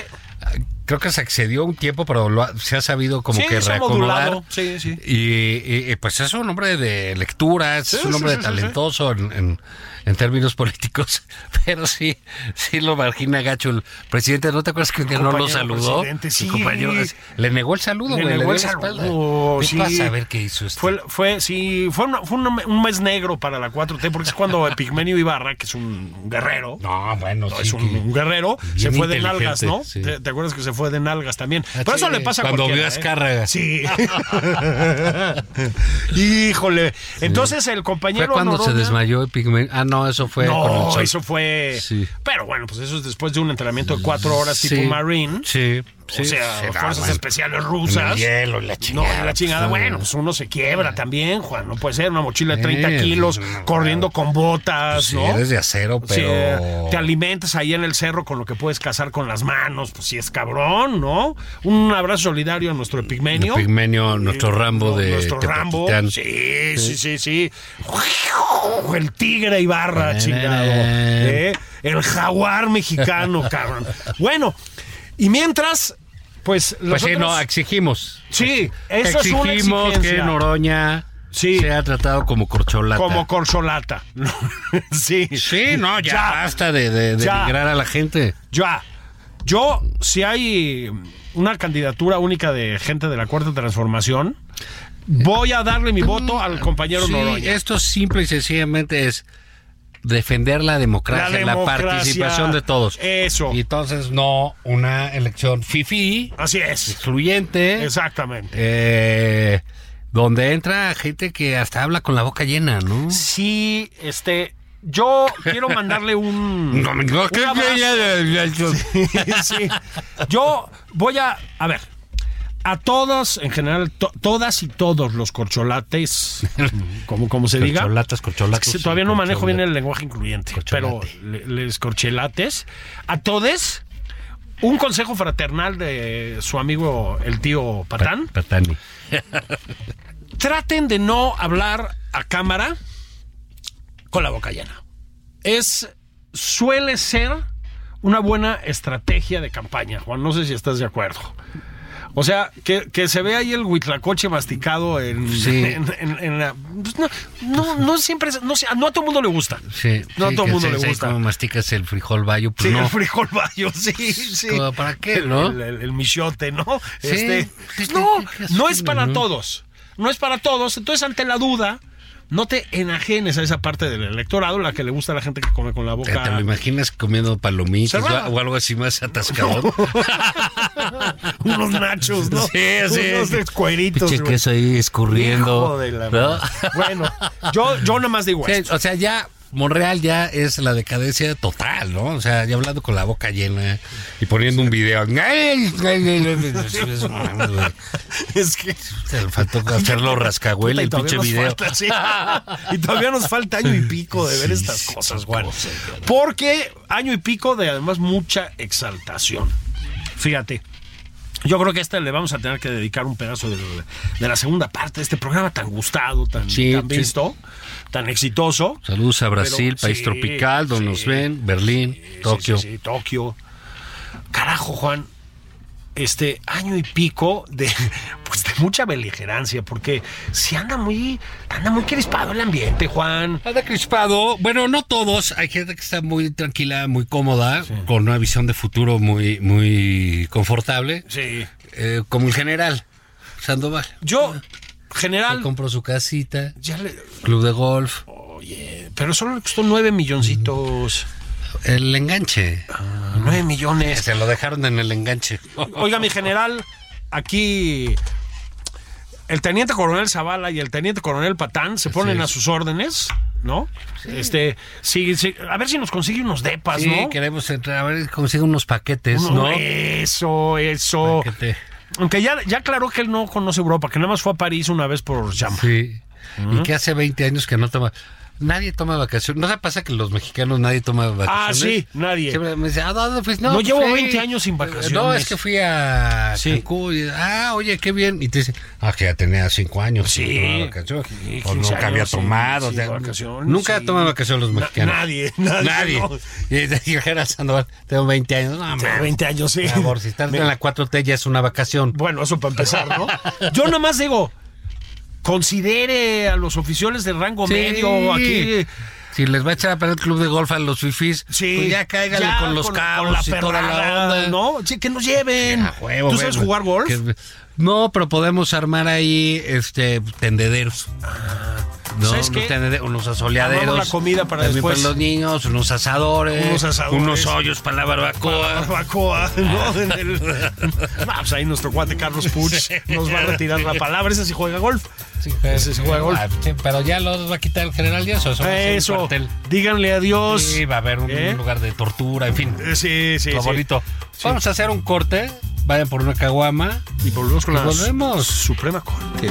[SPEAKER 3] Creo que se excedió un tiempo, pero lo ha- se ha sabido como
[SPEAKER 4] Sí,
[SPEAKER 3] que
[SPEAKER 4] se ha
[SPEAKER 3] reacomodar.
[SPEAKER 4] modulado. Sí, sí.
[SPEAKER 3] Y, y- y, pues es un hombre de lecturas, es
[SPEAKER 4] Sí,
[SPEAKER 3] un
[SPEAKER 4] sí,
[SPEAKER 3] hombre
[SPEAKER 4] sí, sí,
[SPEAKER 3] talentoso en, en- en términos políticos, pero sí, sí lo margina gacho el presidente. ¿No te acuerdas que un día no lo
[SPEAKER 4] Compañero
[SPEAKER 3] saludó?
[SPEAKER 4] presidente,
[SPEAKER 3] El
[SPEAKER 4] sí.
[SPEAKER 3] compañero, es- le negó el saludo,
[SPEAKER 4] Le
[SPEAKER 3] güey,
[SPEAKER 4] negó
[SPEAKER 3] dio
[SPEAKER 4] el
[SPEAKER 3] la espalda.
[SPEAKER 4] saludo,
[SPEAKER 3] Ve
[SPEAKER 4] sí.
[SPEAKER 3] para saber qué hizo este.
[SPEAKER 4] fue, fue, sí, fue, una- fue una- un mes negro para la 4T, porque es cuando Epigmenio Ibarra, que es un guerrero,
[SPEAKER 3] No, bueno, sí,
[SPEAKER 4] es un,
[SPEAKER 3] que-
[SPEAKER 4] un guerrero,
[SPEAKER 3] Bien
[SPEAKER 4] se fue de
[SPEAKER 3] inteligente,
[SPEAKER 4] nalgas, ¿no?
[SPEAKER 3] sí.
[SPEAKER 4] ¿Te, te acuerdas que se fue de nalgas también?
[SPEAKER 3] Ah,
[SPEAKER 4] Pero eso
[SPEAKER 3] sí,
[SPEAKER 4] le pasa
[SPEAKER 3] cuando
[SPEAKER 4] a
[SPEAKER 3] vio a
[SPEAKER 4] cualquiera, ¿eh?
[SPEAKER 3] Azcárraga.
[SPEAKER 4] Sí. Híjole. Entonces el
[SPEAKER 3] Fue
[SPEAKER 4] compañero
[SPEAKER 3] cuando se
[SPEAKER 4] Noroña-
[SPEAKER 3] desmayó Epigmen- Ah, no, eso fue con el
[SPEAKER 4] No,
[SPEAKER 3] sol.
[SPEAKER 4] eso fue.
[SPEAKER 3] Sí.
[SPEAKER 4] Pero bueno, pues eso es después de un entrenamiento de cuatro horas tipo
[SPEAKER 3] Sí,
[SPEAKER 4] Marine.
[SPEAKER 3] Sí, sí.
[SPEAKER 4] o sea,
[SPEAKER 3] sí, no,
[SPEAKER 4] fuerzas
[SPEAKER 3] bueno.
[SPEAKER 4] especiales
[SPEAKER 3] En
[SPEAKER 4] rusas.
[SPEAKER 3] el hielo y la
[SPEAKER 4] No,
[SPEAKER 3] chingada.
[SPEAKER 4] la chingada.
[SPEAKER 3] pues,
[SPEAKER 4] Bueno, pues uno se quiebra también, Juan. No puede ser una mochila de 30
[SPEAKER 3] Sí,
[SPEAKER 4] kilos
[SPEAKER 3] no, Pues
[SPEAKER 4] corriendo con botas,
[SPEAKER 3] Sí,
[SPEAKER 4] ¿no?
[SPEAKER 3] eres de acero,
[SPEAKER 4] Sí,
[SPEAKER 3] pero.
[SPEAKER 4] te alimentas ahí en el cerro con lo que puedes cazar con las manos, pues sí es cabrón, ¿no? Un abrazo solidario a nuestro epigmenio.
[SPEAKER 3] Pigmenio, nuestro Rambo
[SPEAKER 4] No,
[SPEAKER 3] de.
[SPEAKER 4] nuestro Rambo.
[SPEAKER 3] Tepatitlán.
[SPEAKER 4] Sí, sí, sí, sí. El tigre Ibarra, chingado. ¿eh? El jaguar mexicano, cabrón. Bueno, y mientras, pues los
[SPEAKER 3] Pues sí, no,
[SPEAKER 4] otros-
[SPEAKER 3] exigimos.
[SPEAKER 4] Sí, eso es una
[SPEAKER 3] exigimos que
[SPEAKER 4] exigencia.
[SPEAKER 3] Noroña
[SPEAKER 4] Sí.
[SPEAKER 3] sea tratado como corcholata.
[SPEAKER 4] como corcholata. sí.
[SPEAKER 3] Sí, no, ya,
[SPEAKER 4] Ya.
[SPEAKER 3] basta de, de, de
[SPEAKER 4] Ya.
[SPEAKER 3] denigrar a la gente.
[SPEAKER 4] Ya. Yo, si hay una candidatura única de gente de la Cuarta Transformación, voy a darle mi voto al compañero
[SPEAKER 3] Sí,
[SPEAKER 4] Noroña.
[SPEAKER 3] esto simple y sencillamente es defender la democracia, la,
[SPEAKER 4] democracia.
[SPEAKER 3] participación de todos.
[SPEAKER 4] Eso.
[SPEAKER 3] Y entonces no una elección fifi,
[SPEAKER 4] Así es.
[SPEAKER 3] excluyente,
[SPEAKER 4] Exactamente.
[SPEAKER 3] eh, donde entra gente que hasta habla con la boca llena, ¿no?
[SPEAKER 4] Sí, este. Yo quiero mandarle un.
[SPEAKER 3] No, no,
[SPEAKER 4] un
[SPEAKER 3] que-
[SPEAKER 4] abrazo. Sí. Yo voy a. A ver. A todos, en general, to- todas y todos los corcholates, como, como se diga.
[SPEAKER 3] Corcholatas, corcholatos,
[SPEAKER 4] Es que todavía no
[SPEAKER 3] corcholatas.
[SPEAKER 4] manejo bien el lenguaje incluyente,
[SPEAKER 3] Corcholate.
[SPEAKER 4] pero le- les corchelates. A todos, un consejo fraternal de su amigo, el tío Patán.
[SPEAKER 3] Patani.
[SPEAKER 4] traten de no hablar a cámara con la boca llena. Es suele ser una buena estrategia de campaña, Juan. No sé si estás de acuerdo. O sea, que, que se ve ahí el huitlacoche masticado en,
[SPEAKER 3] Sí.
[SPEAKER 4] en- en- en la. pues no, no, no siempre. es- No, sé, no a todo mundo le gusta.
[SPEAKER 3] Sí,
[SPEAKER 4] No
[SPEAKER 3] sí,
[SPEAKER 4] a todo
[SPEAKER 3] que
[SPEAKER 4] mundo
[SPEAKER 3] sé-
[SPEAKER 4] le
[SPEAKER 3] sé
[SPEAKER 4] gusta.
[SPEAKER 3] cómo masticas el frijol bayo, pues
[SPEAKER 4] Sí,
[SPEAKER 3] no. Pues,
[SPEAKER 4] el frijol bayo, sí, sí.
[SPEAKER 3] Como, ¿Para qué, no?
[SPEAKER 4] El, el- el michote, ¿no?
[SPEAKER 3] Sí.
[SPEAKER 4] Este,
[SPEAKER 3] Sí, sí,
[SPEAKER 4] no,
[SPEAKER 3] qué
[SPEAKER 4] no es
[SPEAKER 3] asco,
[SPEAKER 4] para
[SPEAKER 3] ¿no?
[SPEAKER 4] todos. No es para todos. Entonces, ante la duda, no te enajenes a esa parte del electorado, la que le gusta a la gente que come con la
[SPEAKER 3] ¿Te, te
[SPEAKER 4] boca.
[SPEAKER 3] lo imaginas comiendo palomitas o,
[SPEAKER 4] Cerrada.
[SPEAKER 3] o algo así más atascado?
[SPEAKER 4] Unos nachos, ¿no?
[SPEAKER 3] Sí, sí.
[SPEAKER 4] Unos de cueritos.
[SPEAKER 3] Pinche
[SPEAKER 4] güey.
[SPEAKER 3] queso ahí escurriendo.
[SPEAKER 4] Hijo de la
[SPEAKER 3] ¿no?
[SPEAKER 4] madre. Bueno, yo, yo nada más digo
[SPEAKER 3] Sí,
[SPEAKER 4] esto.
[SPEAKER 3] o sea, ya Monreal ya es la decadencia total, ¿no? O sea, ya hablando con la boca llena y poniendo un video.
[SPEAKER 4] Es que
[SPEAKER 3] Se le faltó hacerlo rascahuela el
[SPEAKER 4] todavía
[SPEAKER 3] pinche
[SPEAKER 4] nos
[SPEAKER 3] video.
[SPEAKER 4] falta, sí. Y todavía nos falta año y pico de ver
[SPEAKER 3] Sí,
[SPEAKER 4] estas
[SPEAKER 3] sí,
[SPEAKER 4] cosas,
[SPEAKER 3] sí,
[SPEAKER 4] Juan.
[SPEAKER 3] cosas,
[SPEAKER 4] Porque año y pico de además mucha exaltación. Fíjate. Yo creo que a esta le vamos a tener que dedicar un pedazo de, de la segunda parte de este programa tan gustado, tan,
[SPEAKER 3] Sí,
[SPEAKER 4] tan
[SPEAKER 3] sí.
[SPEAKER 4] visto, tan exitoso.
[SPEAKER 3] Saludos a Brasil,
[SPEAKER 4] Pero-
[SPEAKER 3] país
[SPEAKER 4] sí,
[SPEAKER 3] tropical, donde
[SPEAKER 4] sí.
[SPEAKER 3] nos ven, Berlín,
[SPEAKER 4] Sí,
[SPEAKER 3] Tokio.
[SPEAKER 4] sí, sí, Tokio. Carajo, Juan. Este año y pico de, pues, de mucha beligerancia, porque si anda muy, anda muy crispado el ambiente, Juan.
[SPEAKER 3] Anda crispado. Bueno, no todos. Hay gente que está muy tranquila, muy cómoda, con una visión de futuro muy, muy confortable.
[SPEAKER 4] Sí.
[SPEAKER 3] Eh, como el general Sandoval.
[SPEAKER 4] Yo,
[SPEAKER 3] Se
[SPEAKER 4] general,
[SPEAKER 3] compró su casita,
[SPEAKER 4] ya le-
[SPEAKER 3] club de golf,
[SPEAKER 4] oye, pero solo le costó nueve milloncitos.
[SPEAKER 3] el enganche.
[SPEAKER 4] Nueve millones.
[SPEAKER 3] Se lo dejaron en el enganche.
[SPEAKER 4] Oiga, mi general, aquí el teniente coronel Zavala y el teniente coronel Patán se ponen
[SPEAKER 3] es.
[SPEAKER 4] a sus órdenes, ¿no? Este, sí, sí, a ver si nos consigue unos depas,
[SPEAKER 3] Sí,
[SPEAKER 4] ¿no?
[SPEAKER 3] queremos entrar, a ver, consigue unos paquetes,
[SPEAKER 4] Uno-
[SPEAKER 3] ¿no?
[SPEAKER 4] Eso, eso.
[SPEAKER 3] Paquete.
[SPEAKER 4] Aunque ya, ya aclaró que él no conoce Europa, que nada más fue a París una vez por llama.
[SPEAKER 3] Sí. Y que hace 20 años que no toma. Nadie toma vacaciones. ¿No se pasa que los mexicanos nadie toma vacaciones?
[SPEAKER 4] Ah, sí, nadie.
[SPEAKER 3] Siempre me dice, "¿A dónde fuiste?"
[SPEAKER 4] No,
[SPEAKER 3] pues,
[SPEAKER 4] llevo
[SPEAKER 3] fui-
[SPEAKER 4] 20 años sin vacaciones.
[SPEAKER 3] No, es que fui a
[SPEAKER 4] Sí.
[SPEAKER 3] Cancún. y, ah, oye, qué bien. Y te dice, ah, que ya tenía 5 años. sin
[SPEAKER 4] Sí.
[SPEAKER 3] tomar vacaciones.
[SPEAKER 4] Sí,
[SPEAKER 3] O
[SPEAKER 4] 15
[SPEAKER 3] nunca había
[SPEAKER 4] años sin-
[SPEAKER 3] tomado. o
[SPEAKER 4] sin
[SPEAKER 3] sea,
[SPEAKER 4] vacaciones,
[SPEAKER 3] nunca
[SPEAKER 4] sí.
[SPEAKER 3] toman vacaciones los
[SPEAKER 4] Na-
[SPEAKER 3] mexicanos.
[SPEAKER 4] nadie, nadie,
[SPEAKER 3] Nadie.
[SPEAKER 4] no.
[SPEAKER 3] Y, y era Sandoval, tengo 20 años. No,
[SPEAKER 4] Tengo
[SPEAKER 3] mames.
[SPEAKER 4] 20 años, sí.
[SPEAKER 3] Por favor, si estás en la 4T ya es una vacación.
[SPEAKER 4] Bueno, eso para empezar, ¿no? Yo nomás digo, considere a los oficiales de rango
[SPEAKER 3] Sí.
[SPEAKER 4] medio aquí.
[SPEAKER 3] Si les va a echar a perder el club de golf a los fifis,
[SPEAKER 4] Sí,
[SPEAKER 3] pues ya cáigale
[SPEAKER 4] ya
[SPEAKER 3] con los
[SPEAKER 4] la-
[SPEAKER 3] cabos
[SPEAKER 4] con la
[SPEAKER 3] y toda la
[SPEAKER 4] perrada,
[SPEAKER 3] onda.
[SPEAKER 4] ¿no? Sí, que nos lleven.
[SPEAKER 3] A huevo,
[SPEAKER 4] ¿Tú sabes
[SPEAKER 3] güey.
[SPEAKER 4] jugar golf?
[SPEAKER 3] Que- no, pero podemos armar ahí este tendederos. No,
[SPEAKER 4] Ah, ¿Sabes
[SPEAKER 3] unos,
[SPEAKER 4] qué?
[SPEAKER 3] tendede- unos asoleaderos.
[SPEAKER 4] Armamos la comida para
[SPEAKER 3] también
[SPEAKER 4] después.
[SPEAKER 3] para los niños, unos asadores.
[SPEAKER 4] Unos asadores.
[SPEAKER 3] unos hoyos para la barbacoa.
[SPEAKER 4] Barbacoa, Ah, ¿no? En el- Ah, pues ahí nuestro cuate Carlos Puch nos va a retirar la palabra. Ese sí juega golf. Ese sí juega golf.
[SPEAKER 3] Ah, sí, pero ya los va a quitar el general y eso. somos un
[SPEAKER 4] Eso,
[SPEAKER 3] cuartel.
[SPEAKER 4] díganle adiós.
[SPEAKER 3] Sí, va a haber un,
[SPEAKER 4] ¿Eh?
[SPEAKER 3] un lugar de tortura, en fin.
[SPEAKER 4] Eh, Sí, sí,
[SPEAKER 3] tu
[SPEAKER 4] sí.
[SPEAKER 3] abuelito. Vamos a hacer un corte. Vayan por una caguama.
[SPEAKER 4] Y volvemos con
[SPEAKER 3] Y
[SPEAKER 4] la
[SPEAKER 3] volvemos.
[SPEAKER 4] Suprema Corte.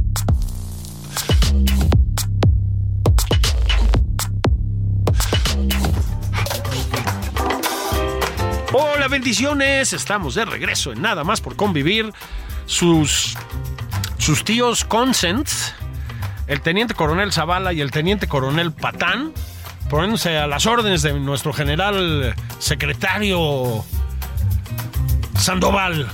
[SPEAKER 4] Hola, bendiciones. Estamos de regreso en Nada más por convivir. Sus, sus tíos Consent, el teniente coronel Zavala y el teniente coronel Patán, poniéndose a las órdenes de nuestro general secretario Sandoval.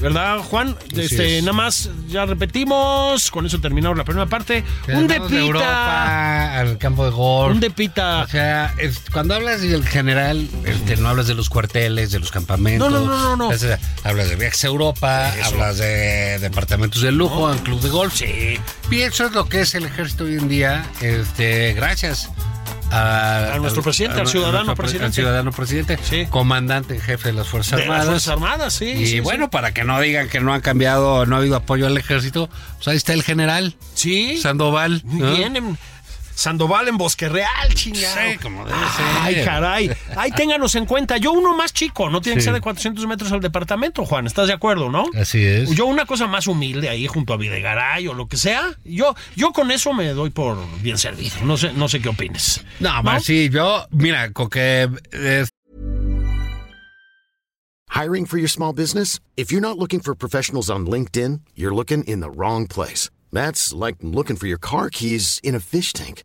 [SPEAKER 4] ¿Verdad, Juan? Este,
[SPEAKER 3] es.
[SPEAKER 4] nada más, ya repetimos. Con eso terminamos la primera parte.
[SPEAKER 3] Nos
[SPEAKER 4] Un
[SPEAKER 3] vamos de
[SPEAKER 4] depita.
[SPEAKER 3] Europa, al campo de golf.
[SPEAKER 4] Un depita.
[SPEAKER 3] O sea, es- cuando hablas del general, este, no hablas de los cuarteles, de los campamentos.
[SPEAKER 4] No, no, no, no, no.
[SPEAKER 3] Es- hablas de viajes a Europa, hablas de departamentos de lujo, en club de golf.
[SPEAKER 4] Sí.
[SPEAKER 3] Y eso es lo que es el ejército hoy en día, este, gracias a,
[SPEAKER 4] A nuestro presidente, al
[SPEAKER 3] nu-
[SPEAKER 4] ciudadano
[SPEAKER 3] nuestro pre-
[SPEAKER 4] presidente.
[SPEAKER 3] al ciudadano presidente,
[SPEAKER 4] Sí.
[SPEAKER 3] comandante en jefe de las Fuerzas
[SPEAKER 4] De las
[SPEAKER 3] Armadas.
[SPEAKER 4] Fuerzas Armadas, sí.
[SPEAKER 3] y
[SPEAKER 4] sí, sí.
[SPEAKER 3] bueno, para que no digan que no han cambiado, no ha habido apoyo al ejército, pues ahí está el general
[SPEAKER 4] Sí.
[SPEAKER 3] Sandoval.
[SPEAKER 4] Muy
[SPEAKER 3] ¿no?
[SPEAKER 4] bien, en Sandoval en Bosque Real, chingado.
[SPEAKER 3] Sí, como debe ser. Ah.
[SPEAKER 4] Ay, caray. Ahí ténganos en cuenta. Yo uno más chico, no tiene que
[SPEAKER 3] Sí.
[SPEAKER 4] ser de 400 metros al departamento, Juan. ¿Estás de acuerdo, no?
[SPEAKER 3] Así es.
[SPEAKER 4] Yo una cosa más humilde ahí junto a Videgaray o lo que sea. Yo, yo con eso me doy por bien servido. No sé, no sé qué opines.
[SPEAKER 3] No, más sí, yo, mira, con que eh,
[SPEAKER 7] Hiring for your small business? If you're not looking for professionals on LinkedIn, you're looking in the wrong place. That's like looking for your car keys in a fish tank.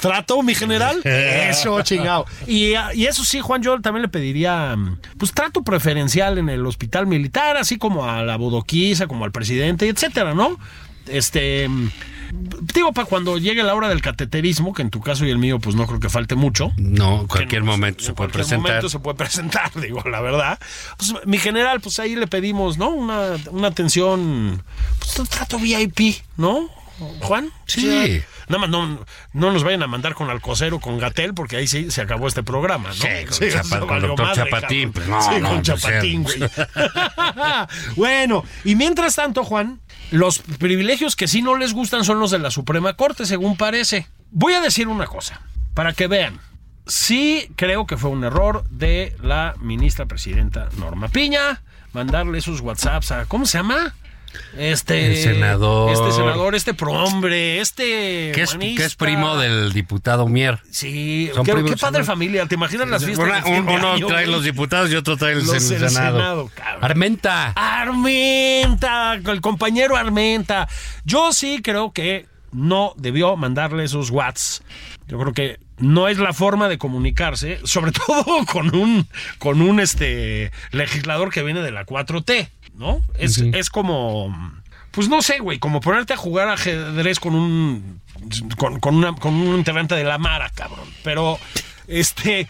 [SPEAKER 4] ¿Trató mi general? Eso, chingado. Y, ah, y eso sí, Juan, yo también le pediría, mm, pues, trato preferencial en el hospital militar, así como a la bodoquiza, como al presidente, etcétera, ¿no? Este, mm, digo, para cuando llegue la hora del cateterismo, que en tu caso y el mío, pues, no creo que falte mucho.
[SPEAKER 3] No, cualquier
[SPEAKER 4] Que no,
[SPEAKER 3] momento
[SPEAKER 4] en
[SPEAKER 3] se puede
[SPEAKER 4] cualquier
[SPEAKER 3] presentar.
[SPEAKER 4] momento se puede presentar, digo, la verdad. Pues, mi general, pues ahí le pedimos, ¿no? Una, una atención, pues un trato VIP, ¿no? Juan.
[SPEAKER 3] Sí.
[SPEAKER 4] O sea, nada más no, no nos vayan a mandar con Alcocero, con Gatel, porque ahí sí se acabó este programa, ¿no?
[SPEAKER 3] Sí, con
[SPEAKER 4] o sea,
[SPEAKER 3] Chapa- con
[SPEAKER 4] valió
[SPEAKER 3] doctor
[SPEAKER 4] madre,
[SPEAKER 3] Chapatín,
[SPEAKER 4] cabrón.
[SPEAKER 3] pues, no,
[SPEAKER 4] sí,
[SPEAKER 3] no,
[SPEAKER 4] con
[SPEAKER 3] no,
[SPEAKER 4] Chapatín,
[SPEAKER 3] o sea,
[SPEAKER 4] güey. bueno, y mientras tanto, Juan, los privilegios que sí no les gustan son los de la Suprema Corte, según parece. Voy a decir una cosa, para que vean. Sí creo que fue un error de la ministra presidenta Norma Piña mandarle sus WhatsApps a... ¿Cómo se llama? Este
[SPEAKER 3] El senador.
[SPEAKER 4] Este senador, este prohombre, este...
[SPEAKER 3] Que es,
[SPEAKER 4] humanista.
[SPEAKER 3] que es primo del diputado Mier.
[SPEAKER 4] Sí,
[SPEAKER 3] Son
[SPEAKER 4] qué,
[SPEAKER 3] primos,
[SPEAKER 4] qué padre
[SPEAKER 3] son-
[SPEAKER 4] familia, ¿te imaginas las fiestas?
[SPEAKER 3] Una-
[SPEAKER 4] de fin
[SPEAKER 3] un-
[SPEAKER 4] de
[SPEAKER 3] uno
[SPEAKER 4] año,
[SPEAKER 3] trae
[SPEAKER 4] güey?
[SPEAKER 3] los diputados y otro trae el,
[SPEAKER 4] Los
[SPEAKER 3] sen-
[SPEAKER 4] del
[SPEAKER 3] Senado.
[SPEAKER 4] Senado, cabrón.
[SPEAKER 3] Armenta.
[SPEAKER 4] Armenta, el compañero Armenta. Yo sí creo que no debió mandarle esos watts. Yo creo que no es la forma de comunicarse, sobre todo con un, con un este, legislador que viene de la 4T, ¿no? Es, es como... Pues no sé, güey, como ponerte a jugar ajedrez con un con, con una- con un integrante de la Mara, cabrón. Pero, este,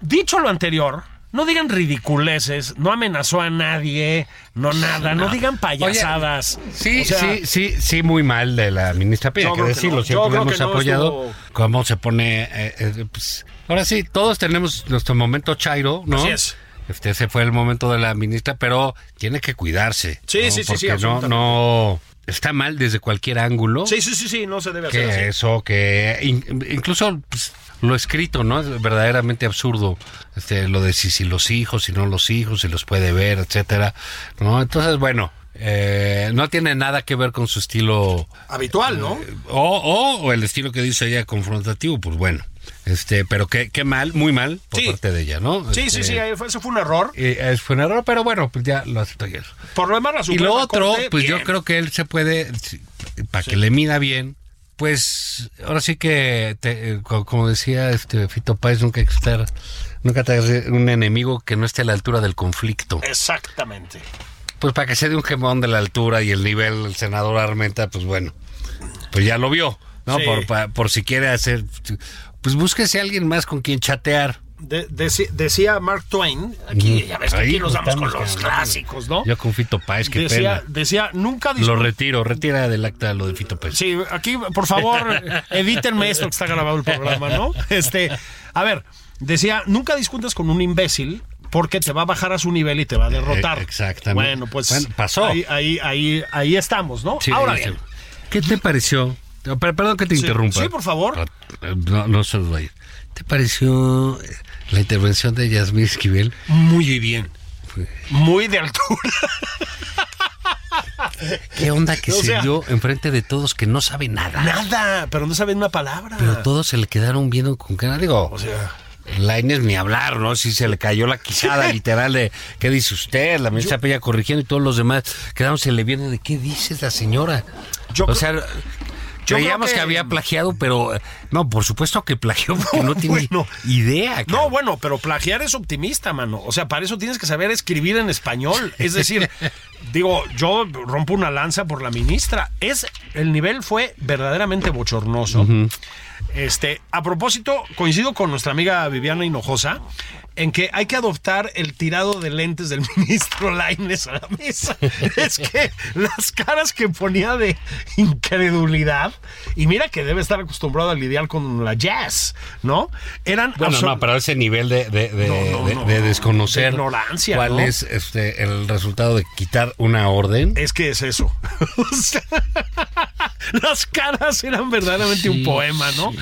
[SPEAKER 4] dicho lo anterior, no digan ridiculeces, no amenazó a nadie, no nada, no, digan payasadas.
[SPEAKER 3] Sí,
[SPEAKER 4] O sea,
[SPEAKER 3] sí, sí, sí, muy mal de la ministra Piña,
[SPEAKER 4] Yo
[SPEAKER 3] que
[SPEAKER 4] creo que
[SPEAKER 3] decirlo,
[SPEAKER 4] no.
[SPEAKER 3] siempre
[SPEAKER 4] Yo
[SPEAKER 3] lo
[SPEAKER 4] creo
[SPEAKER 3] hemos
[SPEAKER 4] que no
[SPEAKER 3] apoyado.
[SPEAKER 4] estuvo-
[SPEAKER 3] Cómo se pone. eh, eh, pues, ahora sí, todos tenemos nuestro momento chairo, ¿no?
[SPEAKER 4] Así es.
[SPEAKER 3] Este, ese fue el momento de la ministra, pero tiene que cuidarse.
[SPEAKER 4] Sí,
[SPEAKER 3] ¿no?
[SPEAKER 4] sí, sí, sí,
[SPEAKER 3] Porque no,
[SPEAKER 4] absolutamente.
[SPEAKER 3] no. Está mal desde cualquier ángulo.
[SPEAKER 4] sí, sí, sí, sí, no se debe hacer así.
[SPEAKER 3] que eso, que in- incluso pues, lo escrito, ¿no? Es verdaderamente absurdo. Este, lo de si, si los hijos, si no los hijos, si los puede ver, etcétera, ¿no? Entonces, bueno, eh, no tiene nada que ver con su estilo
[SPEAKER 4] Habitual, ¿no?
[SPEAKER 3] o, o- o el estilo que dice ella confrontativo, pues bueno. Este, pero qué, qué mal, muy mal por
[SPEAKER 4] Sí.
[SPEAKER 3] parte de ella, ¿no?
[SPEAKER 4] Sí, sí,
[SPEAKER 3] Este,
[SPEAKER 4] sí, ahí fue- eso fue un error.
[SPEAKER 3] eh, es- fue un error, pero bueno, pues ya lo aceptó ayer.
[SPEAKER 4] Por lo demás, la
[SPEAKER 3] Y
[SPEAKER 4] Suprema
[SPEAKER 3] lo otro,
[SPEAKER 4] Corte,
[SPEAKER 3] pues yo
[SPEAKER 4] bien.
[SPEAKER 3] creo que él se puede, para que le mida bien, pues ahora sí que, te- eh, co- como decía este Fito Páez, nunca hay que estar, nunca tener un enemigo que no esté a la altura del conflicto.
[SPEAKER 4] Exactamente.
[SPEAKER 3] Pues para que se dé un gemón de la altura y el nivel, el senador Armenta, pues bueno, pues ya lo vio, ¿no?
[SPEAKER 4] Sí.
[SPEAKER 3] Por, pa- por si quiere hacer, pues búsquese a alguien más con quien chatear.
[SPEAKER 4] De- deci- decía Mark Twain, aquí,
[SPEAKER 3] Mm.
[SPEAKER 4] ya ves que
[SPEAKER 3] Ahí
[SPEAKER 4] aquí nos damos con
[SPEAKER 3] estamos,
[SPEAKER 4] los
[SPEAKER 3] cabrón.
[SPEAKER 4] clásicos, ¿no?
[SPEAKER 3] Yo con Fito Páez, qué
[SPEAKER 4] decía,
[SPEAKER 3] pena.
[SPEAKER 4] decía, nunca
[SPEAKER 3] Lo
[SPEAKER 4] discutir.
[SPEAKER 3] retiro, retira del acta lo de Fito Páez.
[SPEAKER 4] Sí, aquí, por favor, edítenme esto que está grabado el programa, ¿no? Este, a ver, decía, nunca discutas con un imbécil porque te va a bajar a su nivel y te va a derrotar.
[SPEAKER 3] Eh, exactamente.
[SPEAKER 4] Bueno, pues
[SPEAKER 3] Bueno, pasó.
[SPEAKER 4] Ahí, ahí, ahí, ahí estamos, ¿no?
[SPEAKER 3] Sí,
[SPEAKER 4] Ahora
[SPEAKER 3] sí.
[SPEAKER 4] bien,
[SPEAKER 3] ¿Qué te pareció? No, per- Perdón que te interrumpa.
[SPEAKER 4] sí, por favor.
[SPEAKER 3] No, no se los vaya. ¿Te pareció eh, la intervención de Yasmín Esquivel?
[SPEAKER 4] muy bien. Muy de altura.
[SPEAKER 3] ¿Qué onda que
[SPEAKER 4] O
[SPEAKER 3] se
[SPEAKER 4] sea-
[SPEAKER 3] dio enfrente de todos que no sabe nada?
[SPEAKER 4] Nada, pero no saben una palabra.
[SPEAKER 3] Pero todos se le quedaron viendo con cara. Digo,
[SPEAKER 4] Ah. O sea,
[SPEAKER 3] la Inés ni hablar, ¿no? Sí se le cayó la quijada literal de ¿qué dice usted? La ministra Peña corrigiendo y todos los demás quedaron se le viendo de ¿qué dices la señora?
[SPEAKER 4] Yo
[SPEAKER 3] o
[SPEAKER 4] creo-
[SPEAKER 3] sea,
[SPEAKER 4] yo
[SPEAKER 3] creíamos que...
[SPEAKER 4] creo que-
[SPEAKER 3] había plagiado, pero eh, no, por supuesto que plagió porque no, tiene
[SPEAKER 4] bueno.
[SPEAKER 3] idea.
[SPEAKER 4] No,
[SPEAKER 3] cabrón.
[SPEAKER 4] bueno, pero plagiar es optimista, mano. O sea, para eso tienes que saber escribir en español. Es decir, digo, yo rompo una lanza por la ministra. Es el nivel fue verdaderamente bochornoso. Este, a propósito, coincido con nuestra amiga Viviana Hinojosa en que hay que adoptar el tirado de lentes del ministro Laines a la mesa. Es que las caras que ponía de incredulidad, y mira que debe estar acostumbrado a lidiar con la jazz, ¿no? Eran
[SPEAKER 3] Bueno,
[SPEAKER 4] absol-
[SPEAKER 3] no, pero ese nivel de, de- de-
[SPEAKER 4] No, no,
[SPEAKER 3] de-
[SPEAKER 4] no,
[SPEAKER 3] de
[SPEAKER 4] no.
[SPEAKER 3] desconocer
[SPEAKER 4] De ignorancia,
[SPEAKER 3] cuál
[SPEAKER 4] ¿no?
[SPEAKER 3] es este, el resultado de quitar una orden.
[SPEAKER 4] Es que es eso. O sea, Las caras eran verdaderamente un poema, ¿no?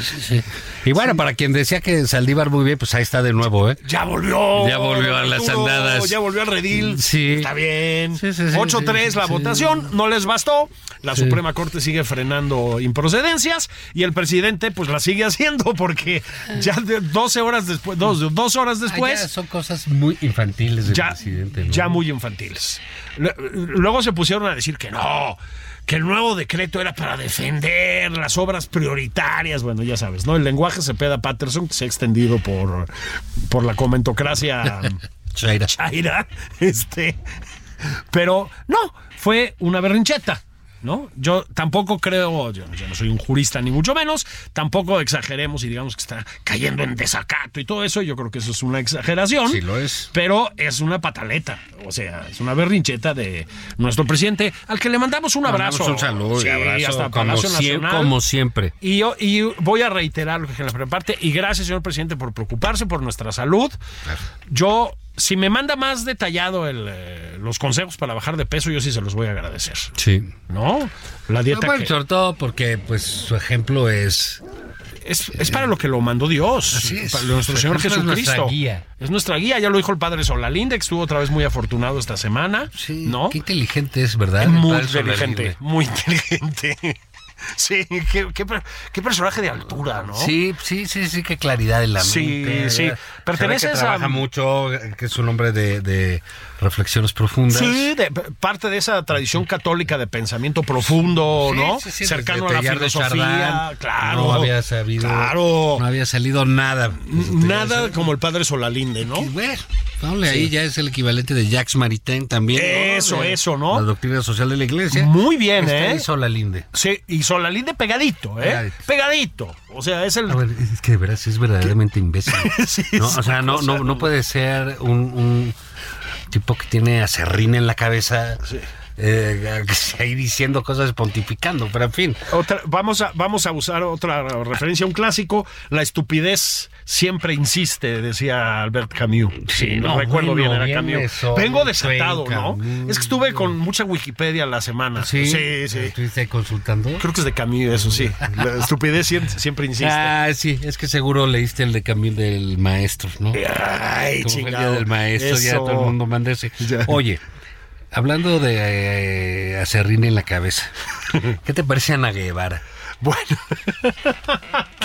[SPEAKER 3] Y bueno, para quien decía que Saldívar muy bien, pues ahí está de nuevo, ¿eh?
[SPEAKER 4] Ya volvió.
[SPEAKER 3] Ya volvió a las andadas.
[SPEAKER 4] Ya volvió al redil.
[SPEAKER 3] Sí.
[SPEAKER 4] Está bien.
[SPEAKER 3] Sí, sí, sí,
[SPEAKER 4] 8-3
[SPEAKER 3] sí,
[SPEAKER 4] la
[SPEAKER 3] sí.
[SPEAKER 4] votación. No les bastó. La Suprema Corte sigue frenando improcedencias y el presidente pues la sigue haciendo porque ya de 12 horas después, dos, dos horas
[SPEAKER 3] Ah, ya
[SPEAKER 4] después,
[SPEAKER 3] son cosas muy infantiles del
[SPEAKER 4] Pues- ya,
[SPEAKER 3] presidente. ¿no?
[SPEAKER 4] ya muy infantiles. Lu- Luego se pusieron a decir que no, que el nuevo decreto era para defender las obras prioritarias. Bueno, ya sabes, ¿no? El lenguaje se peda Patterson, que se ha extendido por, por la comentocracia.
[SPEAKER 3] Chaira.
[SPEAKER 4] Chaira, este, pero no, fue una berrincheta. ¿No? Yo tampoco creo, yo, yo no soy un jurista ni mucho menos, tampoco exageremos y digamos que está cayendo en desacato y todo eso, yo creo que eso es una exageración.
[SPEAKER 3] Sí lo es.
[SPEAKER 4] Pero es una pataleta, o sea, es una berrincheta de nuestro presidente, al que le mandamos un
[SPEAKER 3] Mandamos
[SPEAKER 4] abrazo.
[SPEAKER 3] un saludo y
[SPEAKER 4] Sí,
[SPEAKER 3] abrazo,
[SPEAKER 4] hasta
[SPEAKER 3] como
[SPEAKER 4] Palacio
[SPEAKER 3] sie-
[SPEAKER 4] Nacional.
[SPEAKER 3] como siempre.
[SPEAKER 4] Y, yo- y voy a reiterar lo que dije en la primera parte. Y gracias, señor presidente, por preocuparse por nuestra salud. Yo, si me manda más detallado el, eh, los consejos para bajar de peso, yo sí se los voy a agradecer.
[SPEAKER 3] Sí.
[SPEAKER 4] ¿No? La dieta
[SPEAKER 3] Bueno,
[SPEAKER 4] que-
[SPEAKER 3] sobre todo porque pues su ejemplo es
[SPEAKER 4] es, es para lo que lo mandó Dios.
[SPEAKER 3] eh, Así es.
[SPEAKER 4] Para nuestro Señor
[SPEAKER 3] Ejemplo es
[SPEAKER 4] Jesucristo.
[SPEAKER 3] nuestra guía.
[SPEAKER 4] Es nuestra guía. Ya lo dijo el padre Solalinde, que estuvo otra vez muy afortunado esta semana.
[SPEAKER 3] sí,
[SPEAKER 4] ¿No?
[SPEAKER 3] qué inteligente es, ¿verdad?
[SPEAKER 4] Muy
[SPEAKER 3] El padre
[SPEAKER 4] inteligente,
[SPEAKER 3] Solalinde.
[SPEAKER 4] muy inteligente. Sí, qué, qué per- qué personaje de altura, ¿no?
[SPEAKER 3] Sí, sí, sí, sí, qué claridad en la
[SPEAKER 4] Sí,
[SPEAKER 3] mente.
[SPEAKER 4] sí.
[SPEAKER 3] ¿verdad?
[SPEAKER 4] Perteneces
[SPEAKER 3] Se ve que trabaja
[SPEAKER 4] a-
[SPEAKER 3] mucho, eh, que es un hombre de, de reflexiones profundas.
[SPEAKER 4] Sí, de- parte de esa tradición católica de pensamiento profundo,
[SPEAKER 3] Sí,
[SPEAKER 4] ¿no?
[SPEAKER 3] sí, sí,
[SPEAKER 4] Cercano a
[SPEAKER 3] desde
[SPEAKER 4] la
[SPEAKER 3] Teilhard de
[SPEAKER 4] filosofía,
[SPEAKER 3] Chardin,
[SPEAKER 4] claro.
[SPEAKER 3] No había sabido.
[SPEAKER 4] Claro.
[SPEAKER 3] No había salido nada. Pues, este,
[SPEAKER 4] Nada como el padre Solalinde, ¿no?
[SPEAKER 3] Y Bueno, ponle ahí ya es el equivalente de Jacques Maritain también. ¿no?
[SPEAKER 4] Eso,
[SPEAKER 3] De
[SPEAKER 4] eso, ¿no?
[SPEAKER 3] La doctrina social de la iglesia.
[SPEAKER 4] Muy bien, ¿eh?
[SPEAKER 3] Hizo la linde.
[SPEAKER 4] Sí, y Solalinde pegadito, ¿eh? Pegadito. O sea, es el.
[SPEAKER 3] A ver, es que de verdad sí es verdaderamente imbécil.
[SPEAKER 4] Sí,
[SPEAKER 3] ¿no?
[SPEAKER 4] es
[SPEAKER 3] O sea, no, no, no puede ser un, un tipo que tiene acerrín en la cabeza. eh, que esté ahí diciendo cosas pontificando, pero en fin.
[SPEAKER 4] Otra- vamos, a, vamos a usar otra referencia, un clásico. La estupidez siempre insiste, decía Albert Camus.
[SPEAKER 3] Sí,
[SPEAKER 4] Sí, no,
[SPEAKER 3] no,
[SPEAKER 4] recuerdo
[SPEAKER 3] bueno,
[SPEAKER 4] bien, era
[SPEAKER 3] bien
[SPEAKER 4] Camus.
[SPEAKER 3] eso,
[SPEAKER 4] Vengo
[SPEAKER 3] fue
[SPEAKER 4] desatado, ¿no?
[SPEAKER 3] Camus.
[SPEAKER 4] Es que estuve con mucha Wikipedia la semana. Sí, sí.
[SPEAKER 3] ¿Estuviste ahí consultando?
[SPEAKER 4] Creo que es de Camus, eso sí. La estupidez siem- siempre, insiste.
[SPEAKER 3] Ah, sí, es que seguro leíste el de Camil del maestro, ¿no?
[SPEAKER 4] Ay,
[SPEAKER 3] Como fue el día
[SPEAKER 4] chingado.
[SPEAKER 3] del maestro, ya
[SPEAKER 4] Eso.
[SPEAKER 3] todo el mundo manda ese.
[SPEAKER 4] Ya.
[SPEAKER 3] Oye, hablando de eh, acerrín en la cabeza, ¿qué te parece Ana Guevara?
[SPEAKER 4] Bueno,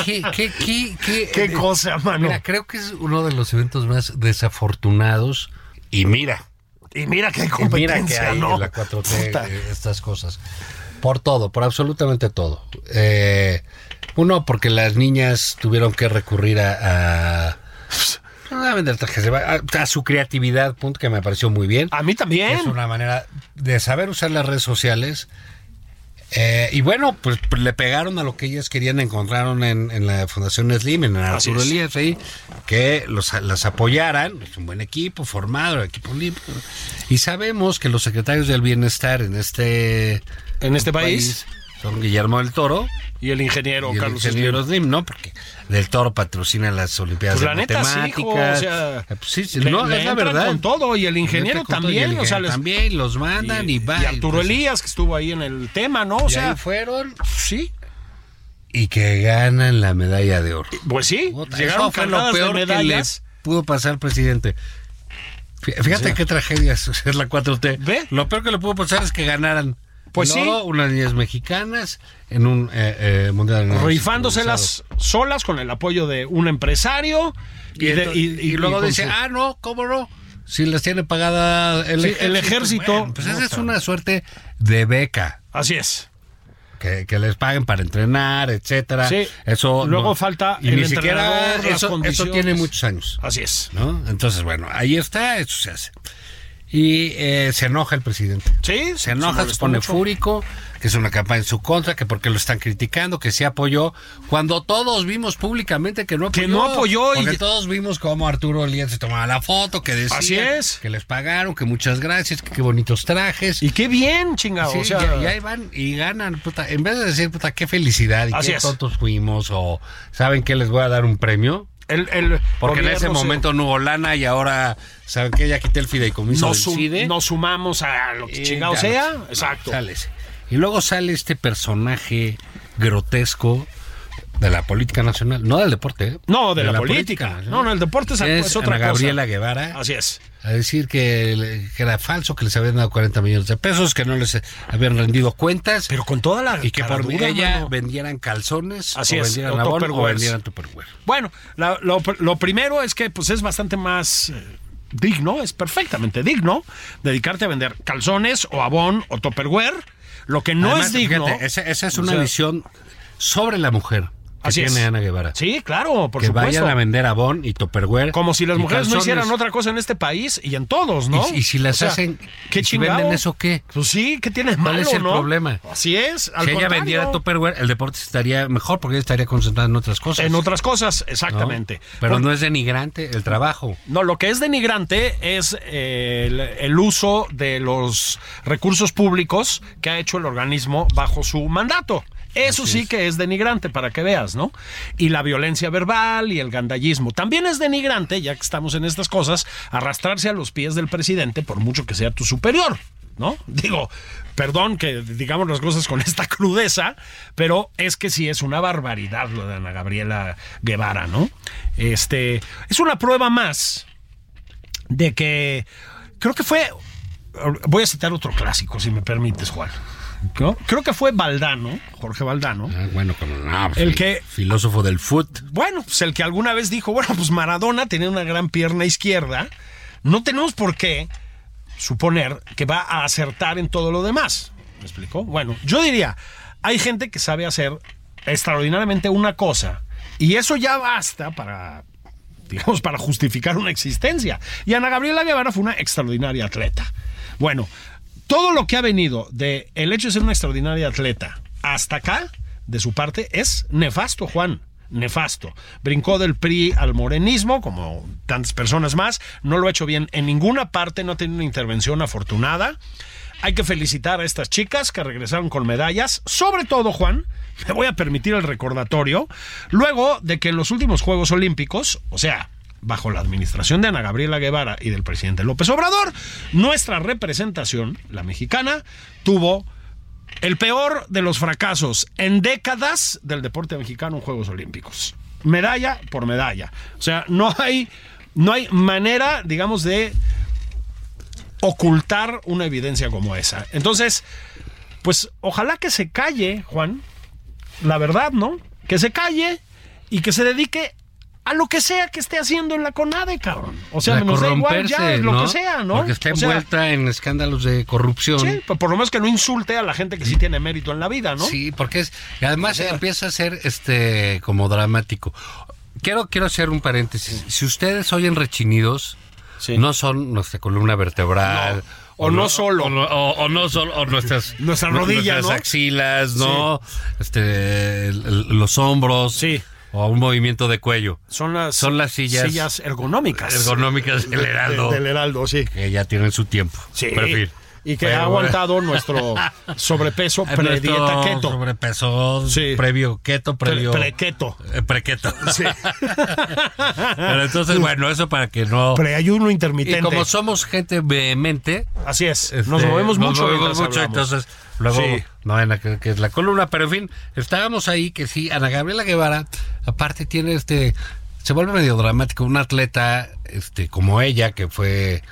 [SPEAKER 3] ¿Qué, qué, qué, qué,
[SPEAKER 4] qué
[SPEAKER 3] eh,
[SPEAKER 4] cosa, mano.
[SPEAKER 3] Mira, creo que es uno de los eventos más desafortunados. Y mira,
[SPEAKER 4] y mira qué
[SPEAKER 3] y mira
[SPEAKER 4] competencia,
[SPEAKER 3] que hay
[SPEAKER 4] ¿no?
[SPEAKER 3] en la 4T
[SPEAKER 4] Puta.
[SPEAKER 3] eh, estas cosas. Por todo, por absolutamente todo. Eh, uno, porque las niñas tuvieron que recurrir a... a a vender trajes de baño, a- a su creatividad, punto que me pareció muy bien.
[SPEAKER 4] A mí también.
[SPEAKER 3] Es una manera de saber usar las redes sociales. Eh, y bueno, pues p- le pegaron a lo que ellas querían, encontraron en, en la Fundación Slim, en
[SPEAKER 4] Así
[SPEAKER 3] Arturo
[SPEAKER 4] es.
[SPEAKER 3] Elías, ahí, que los, las apoyaran. Es un buen equipo, formado, equipo limpio. Y sabemos que los secretarios del bienestar en este
[SPEAKER 4] En este país.
[SPEAKER 3] son Guillermo del Toro
[SPEAKER 4] Y el ingeniero
[SPEAKER 3] y el
[SPEAKER 4] Carlos
[SPEAKER 3] ingeniero
[SPEAKER 4] Slim.
[SPEAKER 3] Slim, ¿no? Porque del Toro patrocina las Olimpiadas
[SPEAKER 4] Pues la
[SPEAKER 3] de
[SPEAKER 4] neta, sí, hijo, o
[SPEAKER 3] Matemáticas.
[SPEAKER 4] sea,
[SPEAKER 3] Eh, pues sí, sí,
[SPEAKER 4] le-
[SPEAKER 3] no,
[SPEAKER 4] le
[SPEAKER 3] es la
[SPEAKER 4] entran
[SPEAKER 3] verdad.
[SPEAKER 4] con todo, y el
[SPEAKER 3] Le entran
[SPEAKER 4] ingeniero
[SPEAKER 3] con todo,
[SPEAKER 4] también,
[SPEAKER 3] y el
[SPEAKER 4] o sea,
[SPEAKER 3] ingeniero
[SPEAKER 4] les-
[SPEAKER 3] también los mandan y, va.
[SPEAKER 4] y Arturo
[SPEAKER 3] pues,
[SPEAKER 4] Elías, que estuvo ahí en el tema, ¿no? O
[SPEAKER 3] y
[SPEAKER 4] sea,
[SPEAKER 3] ahí fueron
[SPEAKER 4] sí.
[SPEAKER 3] y que ganan la medalla de oro.
[SPEAKER 4] Pues sí,
[SPEAKER 3] Puta,
[SPEAKER 4] llegaron
[SPEAKER 3] eso fue
[SPEAKER 4] cargadas
[SPEAKER 3] lo peor
[SPEAKER 4] de
[SPEAKER 3] que le
[SPEAKER 4] medallas.
[SPEAKER 3] pudo pasar al presidente. Fí- Fíjate qué tragedia es es la 4T.
[SPEAKER 4] ¿Ve?
[SPEAKER 3] Lo peor que le pudo pasar es que ganaran.
[SPEAKER 4] Pues
[SPEAKER 3] el
[SPEAKER 4] sí.
[SPEAKER 3] oro unas niñas mexicanas en un eh, eh, mundial. no
[SPEAKER 4] Rifándoselas solas con el apoyo de un empresario.
[SPEAKER 3] Y,
[SPEAKER 4] de-
[SPEAKER 3] ento- y luego
[SPEAKER 4] con
[SPEAKER 3] dice,
[SPEAKER 4] su-
[SPEAKER 3] ah, no, ¿cómo no? Si las tiene pagada el
[SPEAKER 4] Sí,
[SPEAKER 3] ejército.
[SPEAKER 4] el ejército.
[SPEAKER 3] Bueno, pues esa
[SPEAKER 4] No,
[SPEAKER 3] es
[SPEAKER 4] cabrón.
[SPEAKER 3] una suerte de beca.
[SPEAKER 4] Así es.
[SPEAKER 3] Que, que les paguen para entrenar, etcétera.
[SPEAKER 4] Sí.
[SPEAKER 3] Eso
[SPEAKER 4] Luego falta
[SPEAKER 3] y
[SPEAKER 4] el
[SPEAKER 3] ni siquiera
[SPEAKER 4] entrenador, las
[SPEAKER 3] eso, eso
[SPEAKER 4] condiciones.
[SPEAKER 3] tiene muchos años,
[SPEAKER 4] Así es.
[SPEAKER 3] ¿no? Entonces, bueno, ahí está, eso se hace. Y eh, se enoja el presidente.
[SPEAKER 4] Sí,
[SPEAKER 3] Se enoja, se
[SPEAKER 4] molestó
[SPEAKER 3] pone
[SPEAKER 4] mucho.
[SPEAKER 3] fúrico, que es una campaña en su contra, que porque lo están criticando, que sí apoyó, cuando todos vimos públicamente que no apoyó.
[SPEAKER 4] Que no apoyó y-
[SPEAKER 3] Porque todos vimos cómo Arturo Elías se tomaba la foto, que decía
[SPEAKER 4] Así es.
[SPEAKER 3] que les pagaron, que muchas gracias, que qué bonitos trajes.
[SPEAKER 4] Y qué bien, chingado.
[SPEAKER 3] Sí,
[SPEAKER 4] Ah, o sea,
[SPEAKER 3] y, y ahí van y ganan, puta. En vez de decir, puta, qué felicidad y
[SPEAKER 4] Así
[SPEAKER 3] qué
[SPEAKER 4] es.
[SPEAKER 3] tontos fuimos o saben que les voy a dar un premio.
[SPEAKER 4] el, el
[SPEAKER 3] Porque en
[SPEAKER 4] gobierno
[SPEAKER 3] ese
[SPEAKER 4] se-
[SPEAKER 3] momento no hubo lana y ahora, ¿saben qué? Ya quité el fideicomiso
[SPEAKER 4] nos,
[SPEAKER 3] del
[SPEAKER 4] sum-
[SPEAKER 3] CIDE.
[SPEAKER 4] nos sumamos a lo que
[SPEAKER 3] Y
[SPEAKER 4] chingado
[SPEAKER 3] ya,
[SPEAKER 4] sea.
[SPEAKER 3] no,
[SPEAKER 4] Exacto.
[SPEAKER 3] sales. Y luego sale este personaje grotesco de la política nacional, no del deporte. ¿eh?
[SPEAKER 4] No, de, la, política. no, no, el deporte es,
[SPEAKER 3] Es
[SPEAKER 4] es otra
[SPEAKER 3] Ana
[SPEAKER 4] cosa.
[SPEAKER 3] Gabriela Guevara.
[SPEAKER 4] Así es.
[SPEAKER 3] a decir que, le- que era falso, que les habían dado 40 millones de pesos, que no les habían rendido cuentas
[SPEAKER 4] Pero con toda la
[SPEAKER 3] y que por
[SPEAKER 4] caradura,
[SPEAKER 3] ella
[SPEAKER 4] mano.
[SPEAKER 3] vendieran calzones
[SPEAKER 4] Así
[SPEAKER 3] o
[SPEAKER 4] es,
[SPEAKER 3] vendieran
[SPEAKER 4] o
[SPEAKER 3] abono o
[SPEAKER 4] Tupperwares.
[SPEAKER 3] vendieran Tupperware.
[SPEAKER 4] Bueno, la- lo, lo primero es que pues es bastante más eh, digno, es perfectamente digno dedicarte a vender calzones o abón o topperware. Lo que no
[SPEAKER 3] Además,
[SPEAKER 4] es digno.
[SPEAKER 3] fíjate, esa, esa es
[SPEAKER 4] o
[SPEAKER 3] una
[SPEAKER 4] sea,
[SPEAKER 3] visión sobre la mujer que
[SPEAKER 4] así es.
[SPEAKER 3] tiene Ana Guevara.
[SPEAKER 4] Sí, claro, por
[SPEAKER 3] que
[SPEAKER 4] supuesto.
[SPEAKER 3] vayan a vender abón y Tupperware.
[SPEAKER 4] Como si las
[SPEAKER 3] y
[SPEAKER 4] mujeres no
[SPEAKER 3] calzones.
[SPEAKER 4] hicieran otra cosa en este país y en todos, ¿no?
[SPEAKER 3] Y- y si las
[SPEAKER 4] O sea,
[SPEAKER 3] hacen,
[SPEAKER 4] ¿qué
[SPEAKER 3] y si
[SPEAKER 4] chingado?
[SPEAKER 3] venden eso, ¿qué?
[SPEAKER 4] Pues sí, ¿qué tienes malo,
[SPEAKER 3] ¿Cuál es el
[SPEAKER 4] no?
[SPEAKER 3] problema?
[SPEAKER 4] Así es. Al
[SPEAKER 3] Si ella
[SPEAKER 4] contrario.
[SPEAKER 3] vendiera Tupperware, el deporte estaría mejor porque ella estaría concentrada en otras cosas.
[SPEAKER 4] En otras cosas,
[SPEAKER 3] ¿no?
[SPEAKER 4] exactamente.
[SPEAKER 3] Pero
[SPEAKER 4] Por-
[SPEAKER 3] no es denigrante el trabajo.
[SPEAKER 4] No, lo que es denigrante es eh, el, el uso de los recursos públicos que ha hecho el organismo bajo su mandato. Eso sí que es denigrante, para que veas, ¿no? Y la violencia verbal y el gandallismo. También es denigrante, ya que estamos en estas cosas, arrastrarse a los pies del presidente por mucho que sea tu superior, ¿no? Digo, perdón que digamos las cosas con esta crudeza, pero es que sí es una barbaridad lo de Ana Gabriela Guevara, ¿no? Este, es una prueba más de que creo que fue voy a citar otro clásico si me permites Juan ¿no? creo que fue Valdano Jorge Valdano
[SPEAKER 3] Ah, bueno, como no,
[SPEAKER 4] El
[SPEAKER 3] fil-
[SPEAKER 4] que-
[SPEAKER 3] filósofo del foot.
[SPEAKER 4] bueno pues el que alguna vez dijo bueno pues Maradona tenía una gran pierna izquierda no tenemos por qué suponer que va a acertar en todo lo demás ¿me explicó? bueno yo diría hay gente que sabe hacer extraordinariamente una cosa y eso ya basta para digamos, para justificar una existencia. Y Ana Gabriela Guevara fue una extraordinaria atleta. Bueno, todo lo que ha venido de el hecho de ser una extraordinaria atleta hasta acá, de su parte, es nefasto, Juan. Nefasto. Brincó del PRI al morenismo, como tantas personas más. No lo ha hecho bien en ninguna parte, no ha tenido una intervención afortunada. Hay que felicitar a estas chicas que regresaron con medallas, sobre todo Juan, me voy a permitir el recordatorio, luego de que en los últimos Juegos Olímpicos, o sea, bajo la administración de Ana Gabriela Guevara y del presidente López Obrador, nuestra representación, la mexicana, tuvo el peor de los fracasos en décadas del deporte mexicano en Juegos Olímpicos. Medalla por medalla. O sea, no hay, no hay manera, digamos, de ocultar una evidencia como esa. Entonces, pues ojalá que se calle, Juan, la verdad, ¿no? Que se calle y que se dedique a lo que sea que esté haciendo en la CONADE, cabrón. O sea,
[SPEAKER 3] A
[SPEAKER 4] nos da igual ya,
[SPEAKER 3] corromperse,
[SPEAKER 4] lo
[SPEAKER 3] ¿no?
[SPEAKER 4] que sea, ¿no?
[SPEAKER 3] Porque está
[SPEAKER 4] O sea,
[SPEAKER 3] envuelta en escándalos de corrupción.
[SPEAKER 4] sí, pues por lo menos que no insulte a la gente que sí tiene mérito en la vida, ¿no?
[SPEAKER 3] Sí, porque es, y además empieza a ser este como dramático. Quiero, quiero hacer un paréntesis. Si ustedes oyen rechinidos,
[SPEAKER 4] Sí.
[SPEAKER 3] no son nuestra columna vertebral.
[SPEAKER 4] No. O no solo.
[SPEAKER 3] O, no- o- o no solo. O nuestras,
[SPEAKER 4] Nuestra rodilla,
[SPEAKER 3] Nuestras
[SPEAKER 4] ¿no?
[SPEAKER 3] axilas, ¿no? Este, el- el- los hombros.
[SPEAKER 4] Sí.
[SPEAKER 3] O un movimiento de cuello.
[SPEAKER 4] Son las,
[SPEAKER 3] Son las sillas-
[SPEAKER 4] ergonómicas.
[SPEAKER 3] Ergonómicas del heraldo.
[SPEAKER 4] Del Heraldo, sí.
[SPEAKER 3] que ya tienen su tiempo.
[SPEAKER 4] Sí.
[SPEAKER 3] Pero, en fin.
[SPEAKER 4] Y que
[SPEAKER 3] Pero
[SPEAKER 4] ha
[SPEAKER 3] bueno.
[SPEAKER 4] aguantado nuestro sobrepeso
[SPEAKER 3] Ay, pero
[SPEAKER 4] predieta
[SPEAKER 3] esto
[SPEAKER 4] keto.
[SPEAKER 3] Sobrepeso,
[SPEAKER 4] Sí.
[SPEAKER 3] previo keto, previo.
[SPEAKER 4] Prequeto.
[SPEAKER 3] eh, Preketo. Pero entonces, bueno, eso para que no.
[SPEAKER 4] Preayuno
[SPEAKER 3] Y
[SPEAKER 4] intermitente.
[SPEAKER 3] como somos gente vehemente.
[SPEAKER 4] Así es.
[SPEAKER 3] este,
[SPEAKER 4] nos movemos mucho.
[SPEAKER 3] Nos movemos
[SPEAKER 4] mientras
[SPEAKER 3] mucho,
[SPEAKER 4] hablamos.
[SPEAKER 3] entonces. Luego,
[SPEAKER 4] Sí.
[SPEAKER 3] no ven a que, que es la columna. Pero en fin, estábamos ahí que sí, Ana Gabriela Guevara, aparte tiene este. Se vuelve medio dramático. Un atleta este como ella, que fue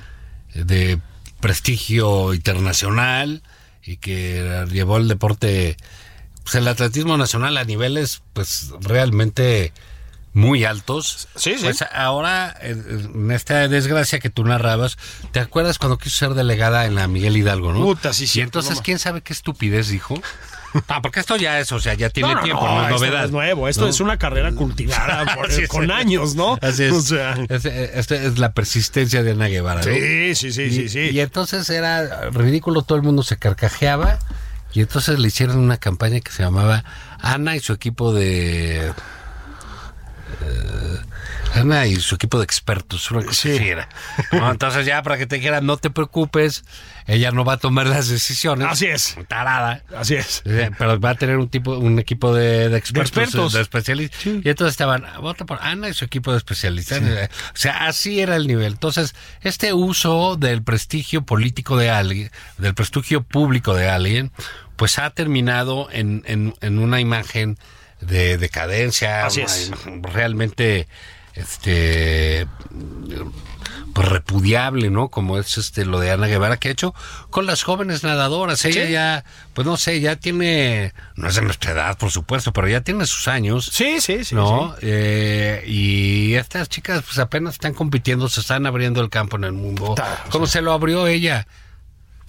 [SPEAKER 3] de prestigio internacional y que llevó el deporte, pues el atletismo nacional a niveles, pues realmente muy altos.
[SPEAKER 4] Sí, sí.
[SPEAKER 3] Pues ahora, en en esta desgracia que tú narrabas, ¿te acuerdas cuando quiso ser delegada en la Miguel Hidalgo, no?
[SPEAKER 4] Puta, sí, sí,
[SPEAKER 3] Y entonces,
[SPEAKER 4] no,
[SPEAKER 3] ¿quién sabe qué estupidez dijo? Ah, porque esto ya es, o sea, ya tiene
[SPEAKER 4] No, no,
[SPEAKER 3] tiempo,
[SPEAKER 4] no,
[SPEAKER 3] no, es
[SPEAKER 4] esto
[SPEAKER 3] novedad.
[SPEAKER 4] no es nuevo. Esto
[SPEAKER 3] ¿no?
[SPEAKER 4] es una carrera cultivada por-
[SPEAKER 3] Así es.
[SPEAKER 4] con años, ¿no?
[SPEAKER 3] Así es.
[SPEAKER 4] O sea,
[SPEAKER 3] Es- eh, Esta es la persistencia de Ana Guevara. ¿no?
[SPEAKER 4] sí, sí, sí, sí,
[SPEAKER 3] Y-
[SPEAKER 4] sí.
[SPEAKER 3] Y entonces era ridículo, todo el mundo se carcajeaba. Y entonces le hicieron una campaña que se llamaba Ana y su equipo de. eh, Ana y su equipo de expertos, una cosa
[SPEAKER 4] Sí.
[SPEAKER 3] fiera. No, entonces ya para que te dijeran, no te preocupes, ella no va a tomar las decisiones.
[SPEAKER 4] Así es.
[SPEAKER 3] Tarada.
[SPEAKER 4] Así es.
[SPEAKER 3] Eh, Pero va a tener un tipo, un equipo de, de expertos, de,
[SPEAKER 4] Pues, expertos.
[SPEAKER 3] especialistas. Y entonces estaban, "Ah, vota por Ana y su equipo de especialistas. Eh, O sea, así era el nivel. Entonces, este uso del prestigio político de alguien, del prestigio público de alguien, pues ha terminado en, en- en una imagen de decadencia,
[SPEAKER 4] Así
[SPEAKER 3] una
[SPEAKER 4] es.
[SPEAKER 3] imagen realmente este pues, repudiable, ¿no? Como es este lo de Ana Guevara que ha hecho con las jóvenes nadadoras. Ella ya, pues no sé, ya tiene, no es de nuestra edad, por supuesto, pero ya tiene sus años.
[SPEAKER 4] Sí, sí, sí.
[SPEAKER 3] ¿No? Eh, y estas chicas pues apenas están compitiendo, se están abriendo el campo en el mundo. ¿Cómo se lo abrió ella?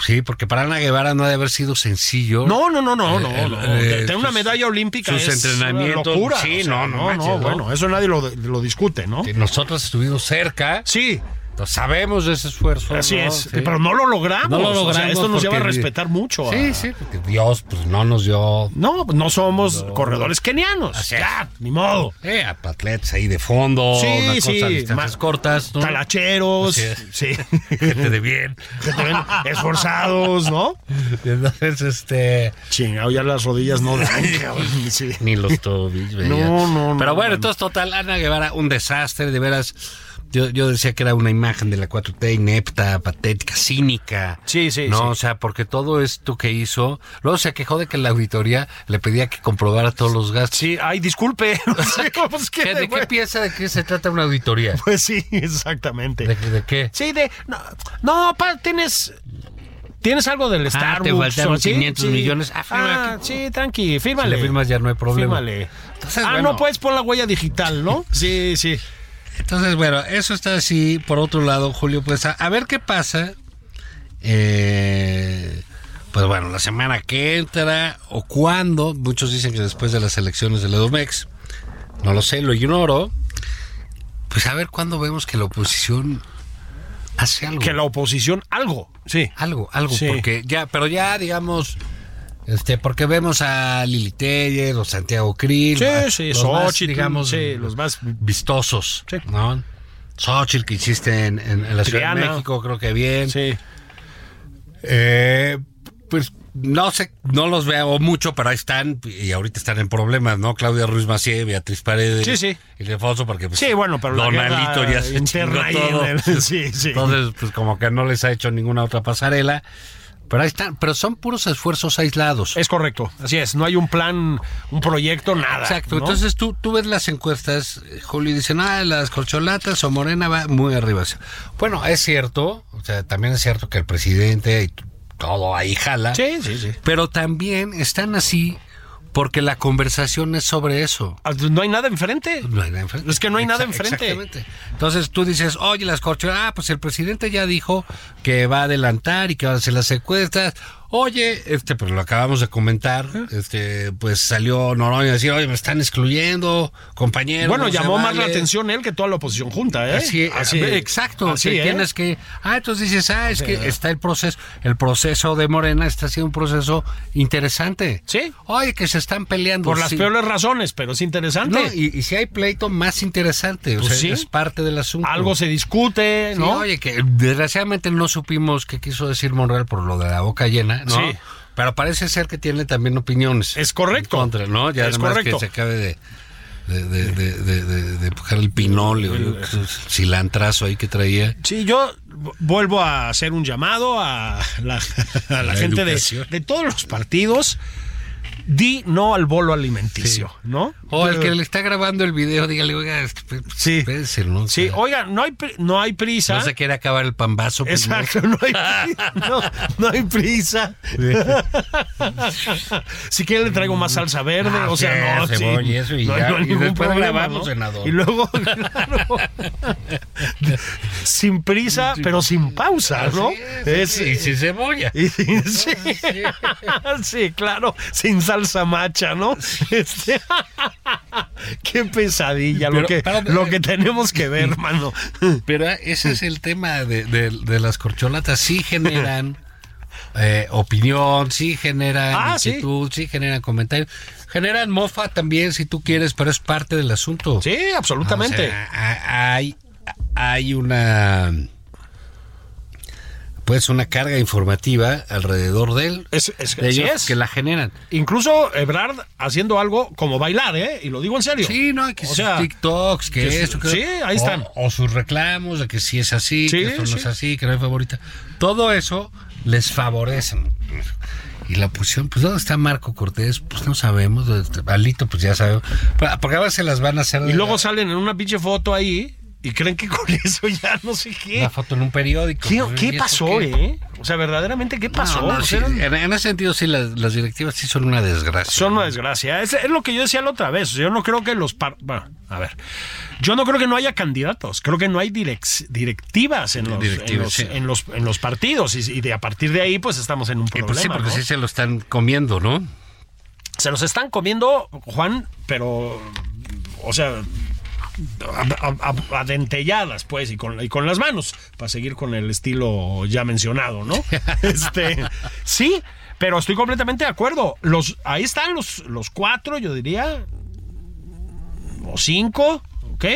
[SPEAKER 3] Sí, porque para Ana Guevara no ha de haber sido sencillo.
[SPEAKER 4] sí. No, no, no, no,
[SPEAKER 3] Eh,
[SPEAKER 4] no.
[SPEAKER 3] el-
[SPEAKER 4] no.
[SPEAKER 3] eh,
[SPEAKER 4] Tener una
[SPEAKER 3] sus-
[SPEAKER 4] medalla olímpica
[SPEAKER 3] sus
[SPEAKER 4] es
[SPEAKER 3] entrenamientos,
[SPEAKER 4] una locura.
[SPEAKER 3] sí, no, no manches, ¿no?
[SPEAKER 4] bueno, eso nadie lo, lo discute, ¿no?
[SPEAKER 3] que Nosotros Eh, estuvimos cerca,
[SPEAKER 4] Sí,
[SPEAKER 3] entonces sabemos de ese esfuerzo.
[SPEAKER 4] así
[SPEAKER 3] Pues ¿no?
[SPEAKER 4] es.
[SPEAKER 3] Sí.
[SPEAKER 4] Pero no lo logramos.
[SPEAKER 3] No lo
[SPEAKER 4] O sea,
[SPEAKER 3] logramos
[SPEAKER 4] esto nos lleva a
[SPEAKER 3] porque-
[SPEAKER 4] respetar mucho. a-
[SPEAKER 3] Sí, sí, porque Dios pues no nos dio
[SPEAKER 4] No, no somos corredores kenianos.
[SPEAKER 3] Así es.
[SPEAKER 4] ya, ni modo.
[SPEAKER 3] eh, a patletas ahí de fondo,
[SPEAKER 4] Sí,
[SPEAKER 3] una cosa
[SPEAKER 4] sí,
[SPEAKER 3] a distancias
[SPEAKER 4] más-
[SPEAKER 3] cortas, ¿no?
[SPEAKER 4] Talacheros,
[SPEAKER 3] Así es.
[SPEAKER 4] sí.
[SPEAKER 3] gente de bien.
[SPEAKER 4] que te ven esforzados, ¿no?
[SPEAKER 3] Entonces, este,
[SPEAKER 4] Chingado, ya las rodillas no dan. cabrón. Sí.
[SPEAKER 3] ni los tobillos. veía.
[SPEAKER 4] No, no, no,
[SPEAKER 3] Pero bueno,
[SPEAKER 4] no.
[SPEAKER 3] entonces total, Ana Guevara, un desastre, de veras. Yo, yo decía que era una imagen de la 4T inepta, patética, cínica.
[SPEAKER 4] Sí, sí,
[SPEAKER 3] No,
[SPEAKER 4] sí.
[SPEAKER 3] o sea, porque todo esto que hizo, luego se quejó de que la auditoría le pedía que comprobara todos los gastos.
[SPEAKER 4] Sí, ay, disculpe. Sí, pues, ¿qué
[SPEAKER 3] ¿Qué-
[SPEAKER 4] le
[SPEAKER 3] ¿De
[SPEAKER 4] voy
[SPEAKER 3] qué
[SPEAKER 4] a-
[SPEAKER 3] piensa de qué se trata una auditoría?
[SPEAKER 4] Pues sí, exactamente.
[SPEAKER 3] ¿De, de qué?
[SPEAKER 4] Sí, de. No, no pa, tienes. Tienes algo del Starbucks.
[SPEAKER 3] Ah, te faltaron
[SPEAKER 4] ¿o sí?
[SPEAKER 3] 500
[SPEAKER 4] Sí.
[SPEAKER 3] millones. Ah, firma
[SPEAKER 4] Ah,
[SPEAKER 3] aquí.
[SPEAKER 4] sí, tranqui,
[SPEAKER 3] Si
[SPEAKER 4] fírmale.
[SPEAKER 3] le firmas ya no hay problema.
[SPEAKER 4] Fírmale.
[SPEAKER 3] Entonces,
[SPEAKER 4] ah,
[SPEAKER 3] bueno.
[SPEAKER 4] no puedes por la huella digital, ¿no? sí, sí.
[SPEAKER 3] Entonces, bueno, eso está así. Por otro lado, Julio, pues a, a ver qué pasa. Eh, pues bueno, la semana que entra o cuándo. Muchos dicen que después de las elecciones del EDOMEX. No lo sé, lo ignoro. Pues a ver cuándo vemos que la oposición hace algo.
[SPEAKER 4] Que la oposición, algo. Sí.
[SPEAKER 3] Algo, algo,
[SPEAKER 4] Sí.
[SPEAKER 3] porque ya, pero ya digamos, este, porque vemos a Lili Teller o Santiago Krill,
[SPEAKER 4] Sí,
[SPEAKER 3] a-
[SPEAKER 4] sí,
[SPEAKER 3] los más,
[SPEAKER 4] Xochitl,
[SPEAKER 3] digamos,
[SPEAKER 4] sí, los más-
[SPEAKER 3] vistosos,
[SPEAKER 4] Sí.
[SPEAKER 3] ¿no? Xochitl que hiciste en, en- en la Ciudad de
[SPEAKER 4] Triana.
[SPEAKER 3] México, creo que bien.
[SPEAKER 4] Sí.
[SPEAKER 3] Eh, pues no sé, no los veo mucho, pero ahí están y ahorita están en problemas, ¿no? Claudia Ruiz Macié, Beatriz Paredes,
[SPEAKER 4] Sí, sí.
[SPEAKER 3] y Alfonso, porque pues,
[SPEAKER 4] Sí, bueno, pero la
[SPEAKER 3] Don
[SPEAKER 4] guerra
[SPEAKER 3] Alito ya se
[SPEAKER 4] interna ahí
[SPEAKER 3] chingó todo.
[SPEAKER 4] en el- sí, sí.
[SPEAKER 3] Entonces, pues como que no les ha hecho ninguna otra pasarela. Pero ahí están, pero son puros esfuerzos aislados.
[SPEAKER 4] Es correcto. Así es. No hay un plan, un proyecto, nada.
[SPEAKER 3] Exacto.
[SPEAKER 4] ¿no?
[SPEAKER 3] Entonces tú, tú ves las encuestas, eh, Julio, y dicen, ah, las corcholatas o Morena va muy arriba. Bueno, es cierto, o sea, también es cierto que el presidente y t- todo ahí jala.
[SPEAKER 4] Sí, sí, sí.
[SPEAKER 3] Pero también están así porque la conversación es sobre eso.
[SPEAKER 4] Ah, No hay nada enfrente.
[SPEAKER 3] No hay nada enfrente.
[SPEAKER 4] Es que no hay nada
[SPEAKER 3] Exa-
[SPEAKER 4] enfrente.
[SPEAKER 3] Exactamente. Entonces tú dices, oye, las corcholatas, ah, pues el presidente ya dijo que va a adelantar y que va a hacer las secuestras. Oye, este, pues lo acabamos de comentar, este, pues salió Noroña a decir, oye, me están excluyendo, compañero.
[SPEAKER 4] Bueno,
[SPEAKER 3] no se
[SPEAKER 4] llamó más la
[SPEAKER 3] vale".
[SPEAKER 4] atención él que toda la oposición junta, ¿eh?
[SPEAKER 3] Así, así, exacto.
[SPEAKER 4] Así,
[SPEAKER 3] que
[SPEAKER 4] ¿eh?
[SPEAKER 3] tienes que. Ah, entonces dices, ah, es que está el proceso. El proceso de Morena está siendo un proceso interesante.
[SPEAKER 4] Sí.
[SPEAKER 3] Oye, que se están peleando.
[SPEAKER 4] Por las
[SPEAKER 3] pues sí.
[SPEAKER 4] peores razones, pero es interesante.
[SPEAKER 3] No, y, y si hay pleito más interesante, o
[SPEAKER 4] Pues
[SPEAKER 3] sea,
[SPEAKER 4] sí.
[SPEAKER 3] es parte del asunto.
[SPEAKER 4] Algo se discute,
[SPEAKER 3] Sí,
[SPEAKER 4] ¿no?
[SPEAKER 3] Oye, que desgraciadamente no supimos qué quiso decir Monreal por lo de la boca llena, ¿no?
[SPEAKER 4] Sí.
[SPEAKER 3] Pero parece ser que tiene también opiniones.
[SPEAKER 4] Es correcto.
[SPEAKER 3] en Contra, ¿no? Ya
[SPEAKER 4] Es
[SPEAKER 3] además
[SPEAKER 4] correcto.
[SPEAKER 3] que se acabe de. De, de, de, de- de- de empujar el pinole, el, cilantrazo ahí que traía.
[SPEAKER 4] Sí, yo vu- vuelvo a hacer un llamado a la, a la
[SPEAKER 3] La
[SPEAKER 4] gente de,
[SPEAKER 3] educación.
[SPEAKER 4] de todos los partidos. Di no al bolo alimenticio,
[SPEAKER 3] Sí.
[SPEAKER 4] ¿no?
[SPEAKER 3] O el que le está grabando el video, dígale, oiga, esp-
[SPEAKER 4] Sí.
[SPEAKER 3] espérese, ¿no?
[SPEAKER 4] Sí,
[SPEAKER 3] O sea,
[SPEAKER 4] oiga, no hay, pri- no hay prisa.
[SPEAKER 3] no se quiere acabar el pambazo. pues, ¿no?
[SPEAKER 4] Exacto, no hay, no, no hay prisa. si quiere le traigo más salsa verde,
[SPEAKER 3] Ah,
[SPEAKER 4] o
[SPEAKER 3] sí,
[SPEAKER 4] sea, no, sí,
[SPEAKER 3] cebolla y eso y
[SPEAKER 4] no,
[SPEAKER 3] ya.
[SPEAKER 4] no hay
[SPEAKER 3] Y
[SPEAKER 4] ningún
[SPEAKER 3] después
[SPEAKER 4] problema,
[SPEAKER 3] grabamos,
[SPEAKER 4] ¿no?
[SPEAKER 3] senador.
[SPEAKER 4] Y luego, claro, sin prisa, pero sin pausa, ¿no?
[SPEAKER 3] Así es, y sin cebolla.
[SPEAKER 4] y- Ah, sí, sí, claro, sin salsa macha, ¿no? Este, qué pesadilla
[SPEAKER 3] Pero-
[SPEAKER 4] lo, que,
[SPEAKER 3] pero-
[SPEAKER 4] lo que tenemos que ver, hermano.
[SPEAKER 3] Pero ese es el tema de, de- de las corcholatas. Sí generan eh, opinión, sí generan
[SPEAKER 4] Ah,
[SPEAKER 3] inquietud, sí. generan comentarios, generan mofa también si tú quieres, pero es parte del asunto.
[SPEAKER 4] Sí, absolutamente.
[SPEAKER 3] O sea, a- hay, hay una pues una carga informativa alrededor de él,
[SPEAKER 4] Es- es-
[SPEAKER 3] de
[SPEAKER 4] así
[SPEAKER 3] ellos
[SPEAKER 4] es.
[SPEAKER 3] que la generan.
[SPEAKER 4] Incluso Ebrard haciendo algo como bailar, ¿eh? Y lo digo en serio.
[SPEAKER 3] Sí, no, que
[SPEAKER 4] O
[SPEAKER 3] sus
[SPEAKER 4] sea,
[SPEAKER 3] TikToks, que,
[SPEAKER 4] que
[SPEAKER 3] eso, que
[SPEAKER 4] sí, ahí
[SPEAKER 3] o-
[SPEAKER 4] están.
[SPEAKER 3] O, sus reclamos de que si es así,
[SPEAKER 4] Sí,
[SPEAKER 3] que esto no
[SPEAKER 4] sí.
[SPEAKER 3] es así, que no hay favorita. Todo eso les favorece. Y la oposición, pues ¿dónde está Marco Cortés? Pues no sabemos. Alito, pues ya sabemos. Pa- Porque ahora se las van a hacer.
[SPEAKER 4] Y
[SPEAKER 3] de
[SPEAKER 4] luego
[SPEAKER 3] la-
[SPEAKER 4] salen en una pinche fofoto ahí y creen que con eso ya no sé qué.
[SPEAKER 3] una foto en un periódico.
[SPEAKER 4] ¿Qué,
[SPEAKER 3] Pues,
[SPEAKER 4] qué
[SPEAKER 3] ¿y eso
[SPEAKER 4] pasó,
[SPEAKER 3] qué?
[SPEAKER 4] eh? O sea, verdaderamente, ¿qué pasó?
[SPEAKER 3] No, no,
[SPEAKER 4] O
[SPEAKER 3] sí,
[SPEAKER 4] sea, eran-
[SPEAKER 3] en, en ese sentido, sí, las, las directivas sí son una desgracia.
[SPEAKER 4] Son una desgracia. Es, es lo que yo decía la otra vez. Yo no creo que los... par- Bueno, a ver. Yo no creo que no haya candidatos. Creo que no hay direc- directivas en los, en,
[SPEAKER 3] Eh, Directivas,
[SPEAKER 4] los,
[SPEAKER 3] sí.
[SPEAKER 4] en los- en los partidos. Y, y de a partir de ahí, pues estamos en un
[SPEAKER 3] Eh,
[SPEAKER 4] problema.
[SPEAKER 3] pues sí, porque
[SPEAKER 4] ¿no?
[SPEAKER 3] sí se lo están comiendo, ¿no?
[SPEAKER 4] Se los están comiendo, Juan, pero... O sea... a- a- a- Adentelladas, pues, y con, y con las manos, para seguir con el estilo ya mencionado, ¿no? Este, sí, pero estoy completamente de acuerdo. Los, ahí están los, los cuatro, yo diría, o cinco, ¿ok?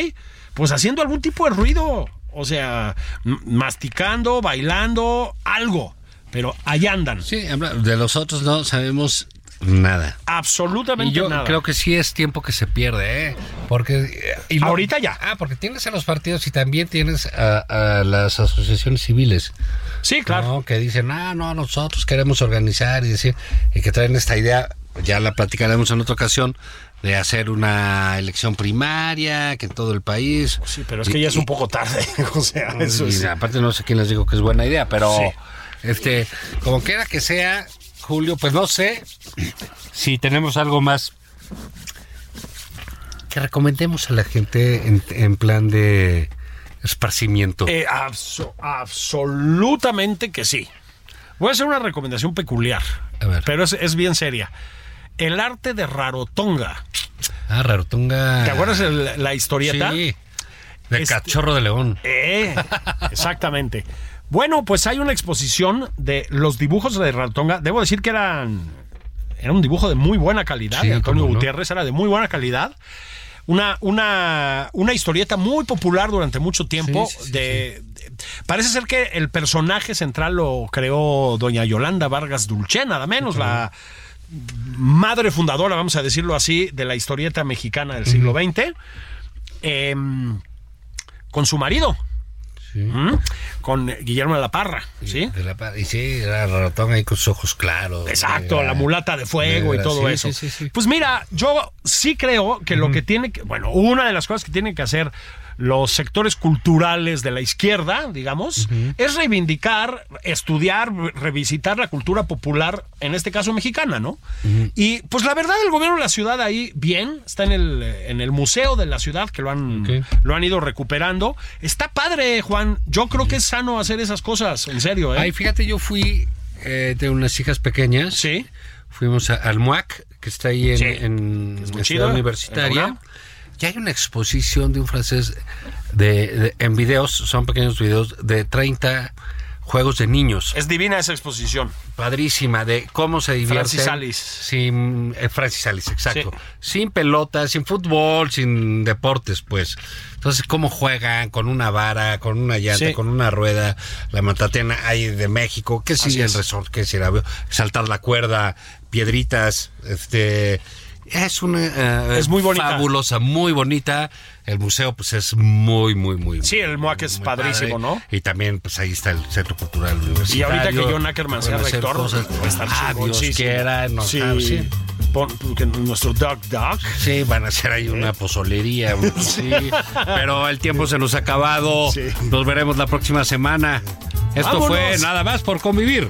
[SPEAKER 4] Pues haciendo algún tipo de ruido, o sea, m- masticando, bailando, algo, pero ahí andan,
[SPEAKER 3] Sí, habla- de los otros no sabemos nada.
[SPEAKER 4] absolutamente
[SPEAKER 3] Y yo
[SPEAKER 4] nada.
[SPEAKER 3] creo que sí es tiempo que se pierde, ¿eh? Porque. eh, y lo-
[SPEAKER 4] Ahorita ya.
[SPEAKER 3] Ah, porque tienes a los partidos y también tienes a, a las asociaciones civiles.
[SPEAKER 4] sí, claro.
[SPEAKER 3] ¿no? Que dicen, ah, no, nosotros queremos organizar y decir. Y que traen esta idea, ya la platicaremos en otra ocasión, de hacer una elección primaria, que en todo el país.
[SPEAKER 4] Sí, pero es que ya es un poco tarde, o sea, eso
[SPEAKER 3] Y
[SPEAKER 4] es...
[SPEAKER 3] aparte no sé quién les dijo que es buena idea, pero
[SPEAKER 4] Sí.
[SPEAKER 3] este, como quiera que sea, Julio, pues no sé si tenemos algo más que recomendemos a la gente en, en plan de esparcimiento.
[SPEAKER 4] Eh, abso- absolutamente que sí. Voy a hacer una recomendación peculiar,
[SPEAKER 3] A ver.
[SPEAKER 4] pero es, es bien seria. El arte de Rarotonga.
[SPEAKER 3] ah, Rarotunga.
[SPEAKER 4] ¿Te acuerdas el- la historieta?
[SPEAKER 3] Sí. De
[SPEAKER 4] Este-
[SPEAKER 3] Cachorro de León.
[SPEAKER 4] Eh, exactamente. Bueno, pues hay una exposición de los dibujos de Rarotonga. Debo decir que eran. Era un dibujo de muy buena calidad.
[SPEAKER 3] Sí,
[SPEAKER 4] de Antonio
[SPEAKER 3] cómo no.
[SPEAKER 4] Gutiérrez era de muy buena calidad. Una, una, una historieta muy popular durante mucho tiempo.
[SPEAKER 3] Sí, sí, sí,
[SPEAKER 4] de, de- parece ser que el personaje central lo creó doña Yolanda Vargas Dulce, nada menos, la madre fundadora, vamos a decirlo así, de la historieta mexicana del siglo XX. Em, con su marido,
[SPEAKER 3] Sí.
[SPEAKER 4] ¿m? con Guillermo de la Parra, ¿sí?
[SPEAKER 3] De la pa- y sí, era Rarotunga ahí con sus ojos claros.
[SPEAKER 4] Exacto,
[SPEAKER 3] Era-
[SPEAKER 4] la mulata de fuego y
[SPEAKER 3] negra,
[SPEAKER 4] todo
[SPEAKER 3] sí,
[SPEAKER 4] eso.
[SPEAKER 3] sí, sí, sí.
[SPEAKER 4] Pues mira, yo sí creo que lo que tiene que, bueno, una de las cosas que tienen que hacer los sectores culturales de la izquierda, digamos, es reivindicar, estudiar, revisitar la cultura popular, en este caso mexicana, ¿no? Y pues la verdad, el gobierno de la ciudad ahí bien, está en el, en el museo de la ciudad que lo han,
[SPEAKER 3] Ok.
[SPEAKER 4] lo han ido recuperando. Está padre, Juan. Yo creo que es sano hacer esas cosas, en serio, ¿eh?
[SPEAKER 3] Ay, fíjate, yo fui eh, de unas hijas pequeñas.
[SPEAKER 4] sí.
[SPEAKER 3] Fuimos a- al MUAC, que está ahí en,
[SPEAKER 4] Sí,
[SPEAKER 3] en
[SPEAKER 4] que es muy
[SPEAKER 3] la
[SPEAKER 4] chido,
[SPEAKER 3] Ciudad
[SPEAKER 4] en la
[SPEAKER 3] Universitaria.
[SPEAKER 4] UNAM.
[SPEAKER 3] Y hay una exposición de un francés de, de- en videos, son pequeños videos, de 30 juegos de niños.
[SPEAKER 4] Es divina esa exposición.
[SPEAKER 3] Padrísima, de cómo se divierten.
[SPEAKER 4] Francis Alice.
[SPEAKER 3] Sin, eh, Francis Alice, exacto.
[SPEAKER 4] Sí.
[SPEAKER 3] Sin pelota, sin fútbol, sin deportes, pues. Entonces, cómo juegan con una vara, con una llanta,
[SPEAKER 4] Sí.
[SPEAKER 3] con una rueda, la matatena ahí de México, qué
[SPEAKER 4] Así
[SPEAKER 3] sigue el
[SPEAKER 4] es.
[SPEAKER 3] resort, qué si la saltar la cuerda, piedritas, este... Es una eh,
[SPEAKER 4] Es muy bonita.
[SPEAKER 3] fabulosa, muy bonita. El museo pues es muy muy muy
[SPEAKER 4] Sí, el MOAC es
[SPEAKER 3] muy
[SPEAKER 4] padrísimo, ¿no?
[SPEAKER 3] Y también pues ahí está el Centro Cultural Universitario.
[SPEAKER 4] Y ahorita que John Ackerman sea
[SPEAKER 3] Pueden hacer
[SPEAKER 4] rector,
[SPEAKER 3] cosas.
[SPEAKER 4] va a estar
[SPEAKER 3] Ah, Dios
[SPEAKER 4] chingoncísimo.
[SPEAKER 3] quiera, no,
[SPEAKER 4] Sí.
[SPEAKER 3] ah, sí.
[SPEAKER 4] Pon- porque nuestro Doc Doc.
[SPEAKER 3] Sí, van a hacer ahí
[SPEAKER 4] ¿Eh?
[SPEAKER 3] una pozolería. un- sí. Pero el tiempo se nos ha acabado.
[SPEAKER 4] Sí.
[SPEAKER 3] Nos veremos la próxima semana. Esto fue
[SPEAKER 4] Vámonos.
[SPEAKER 3] nada más por convivir.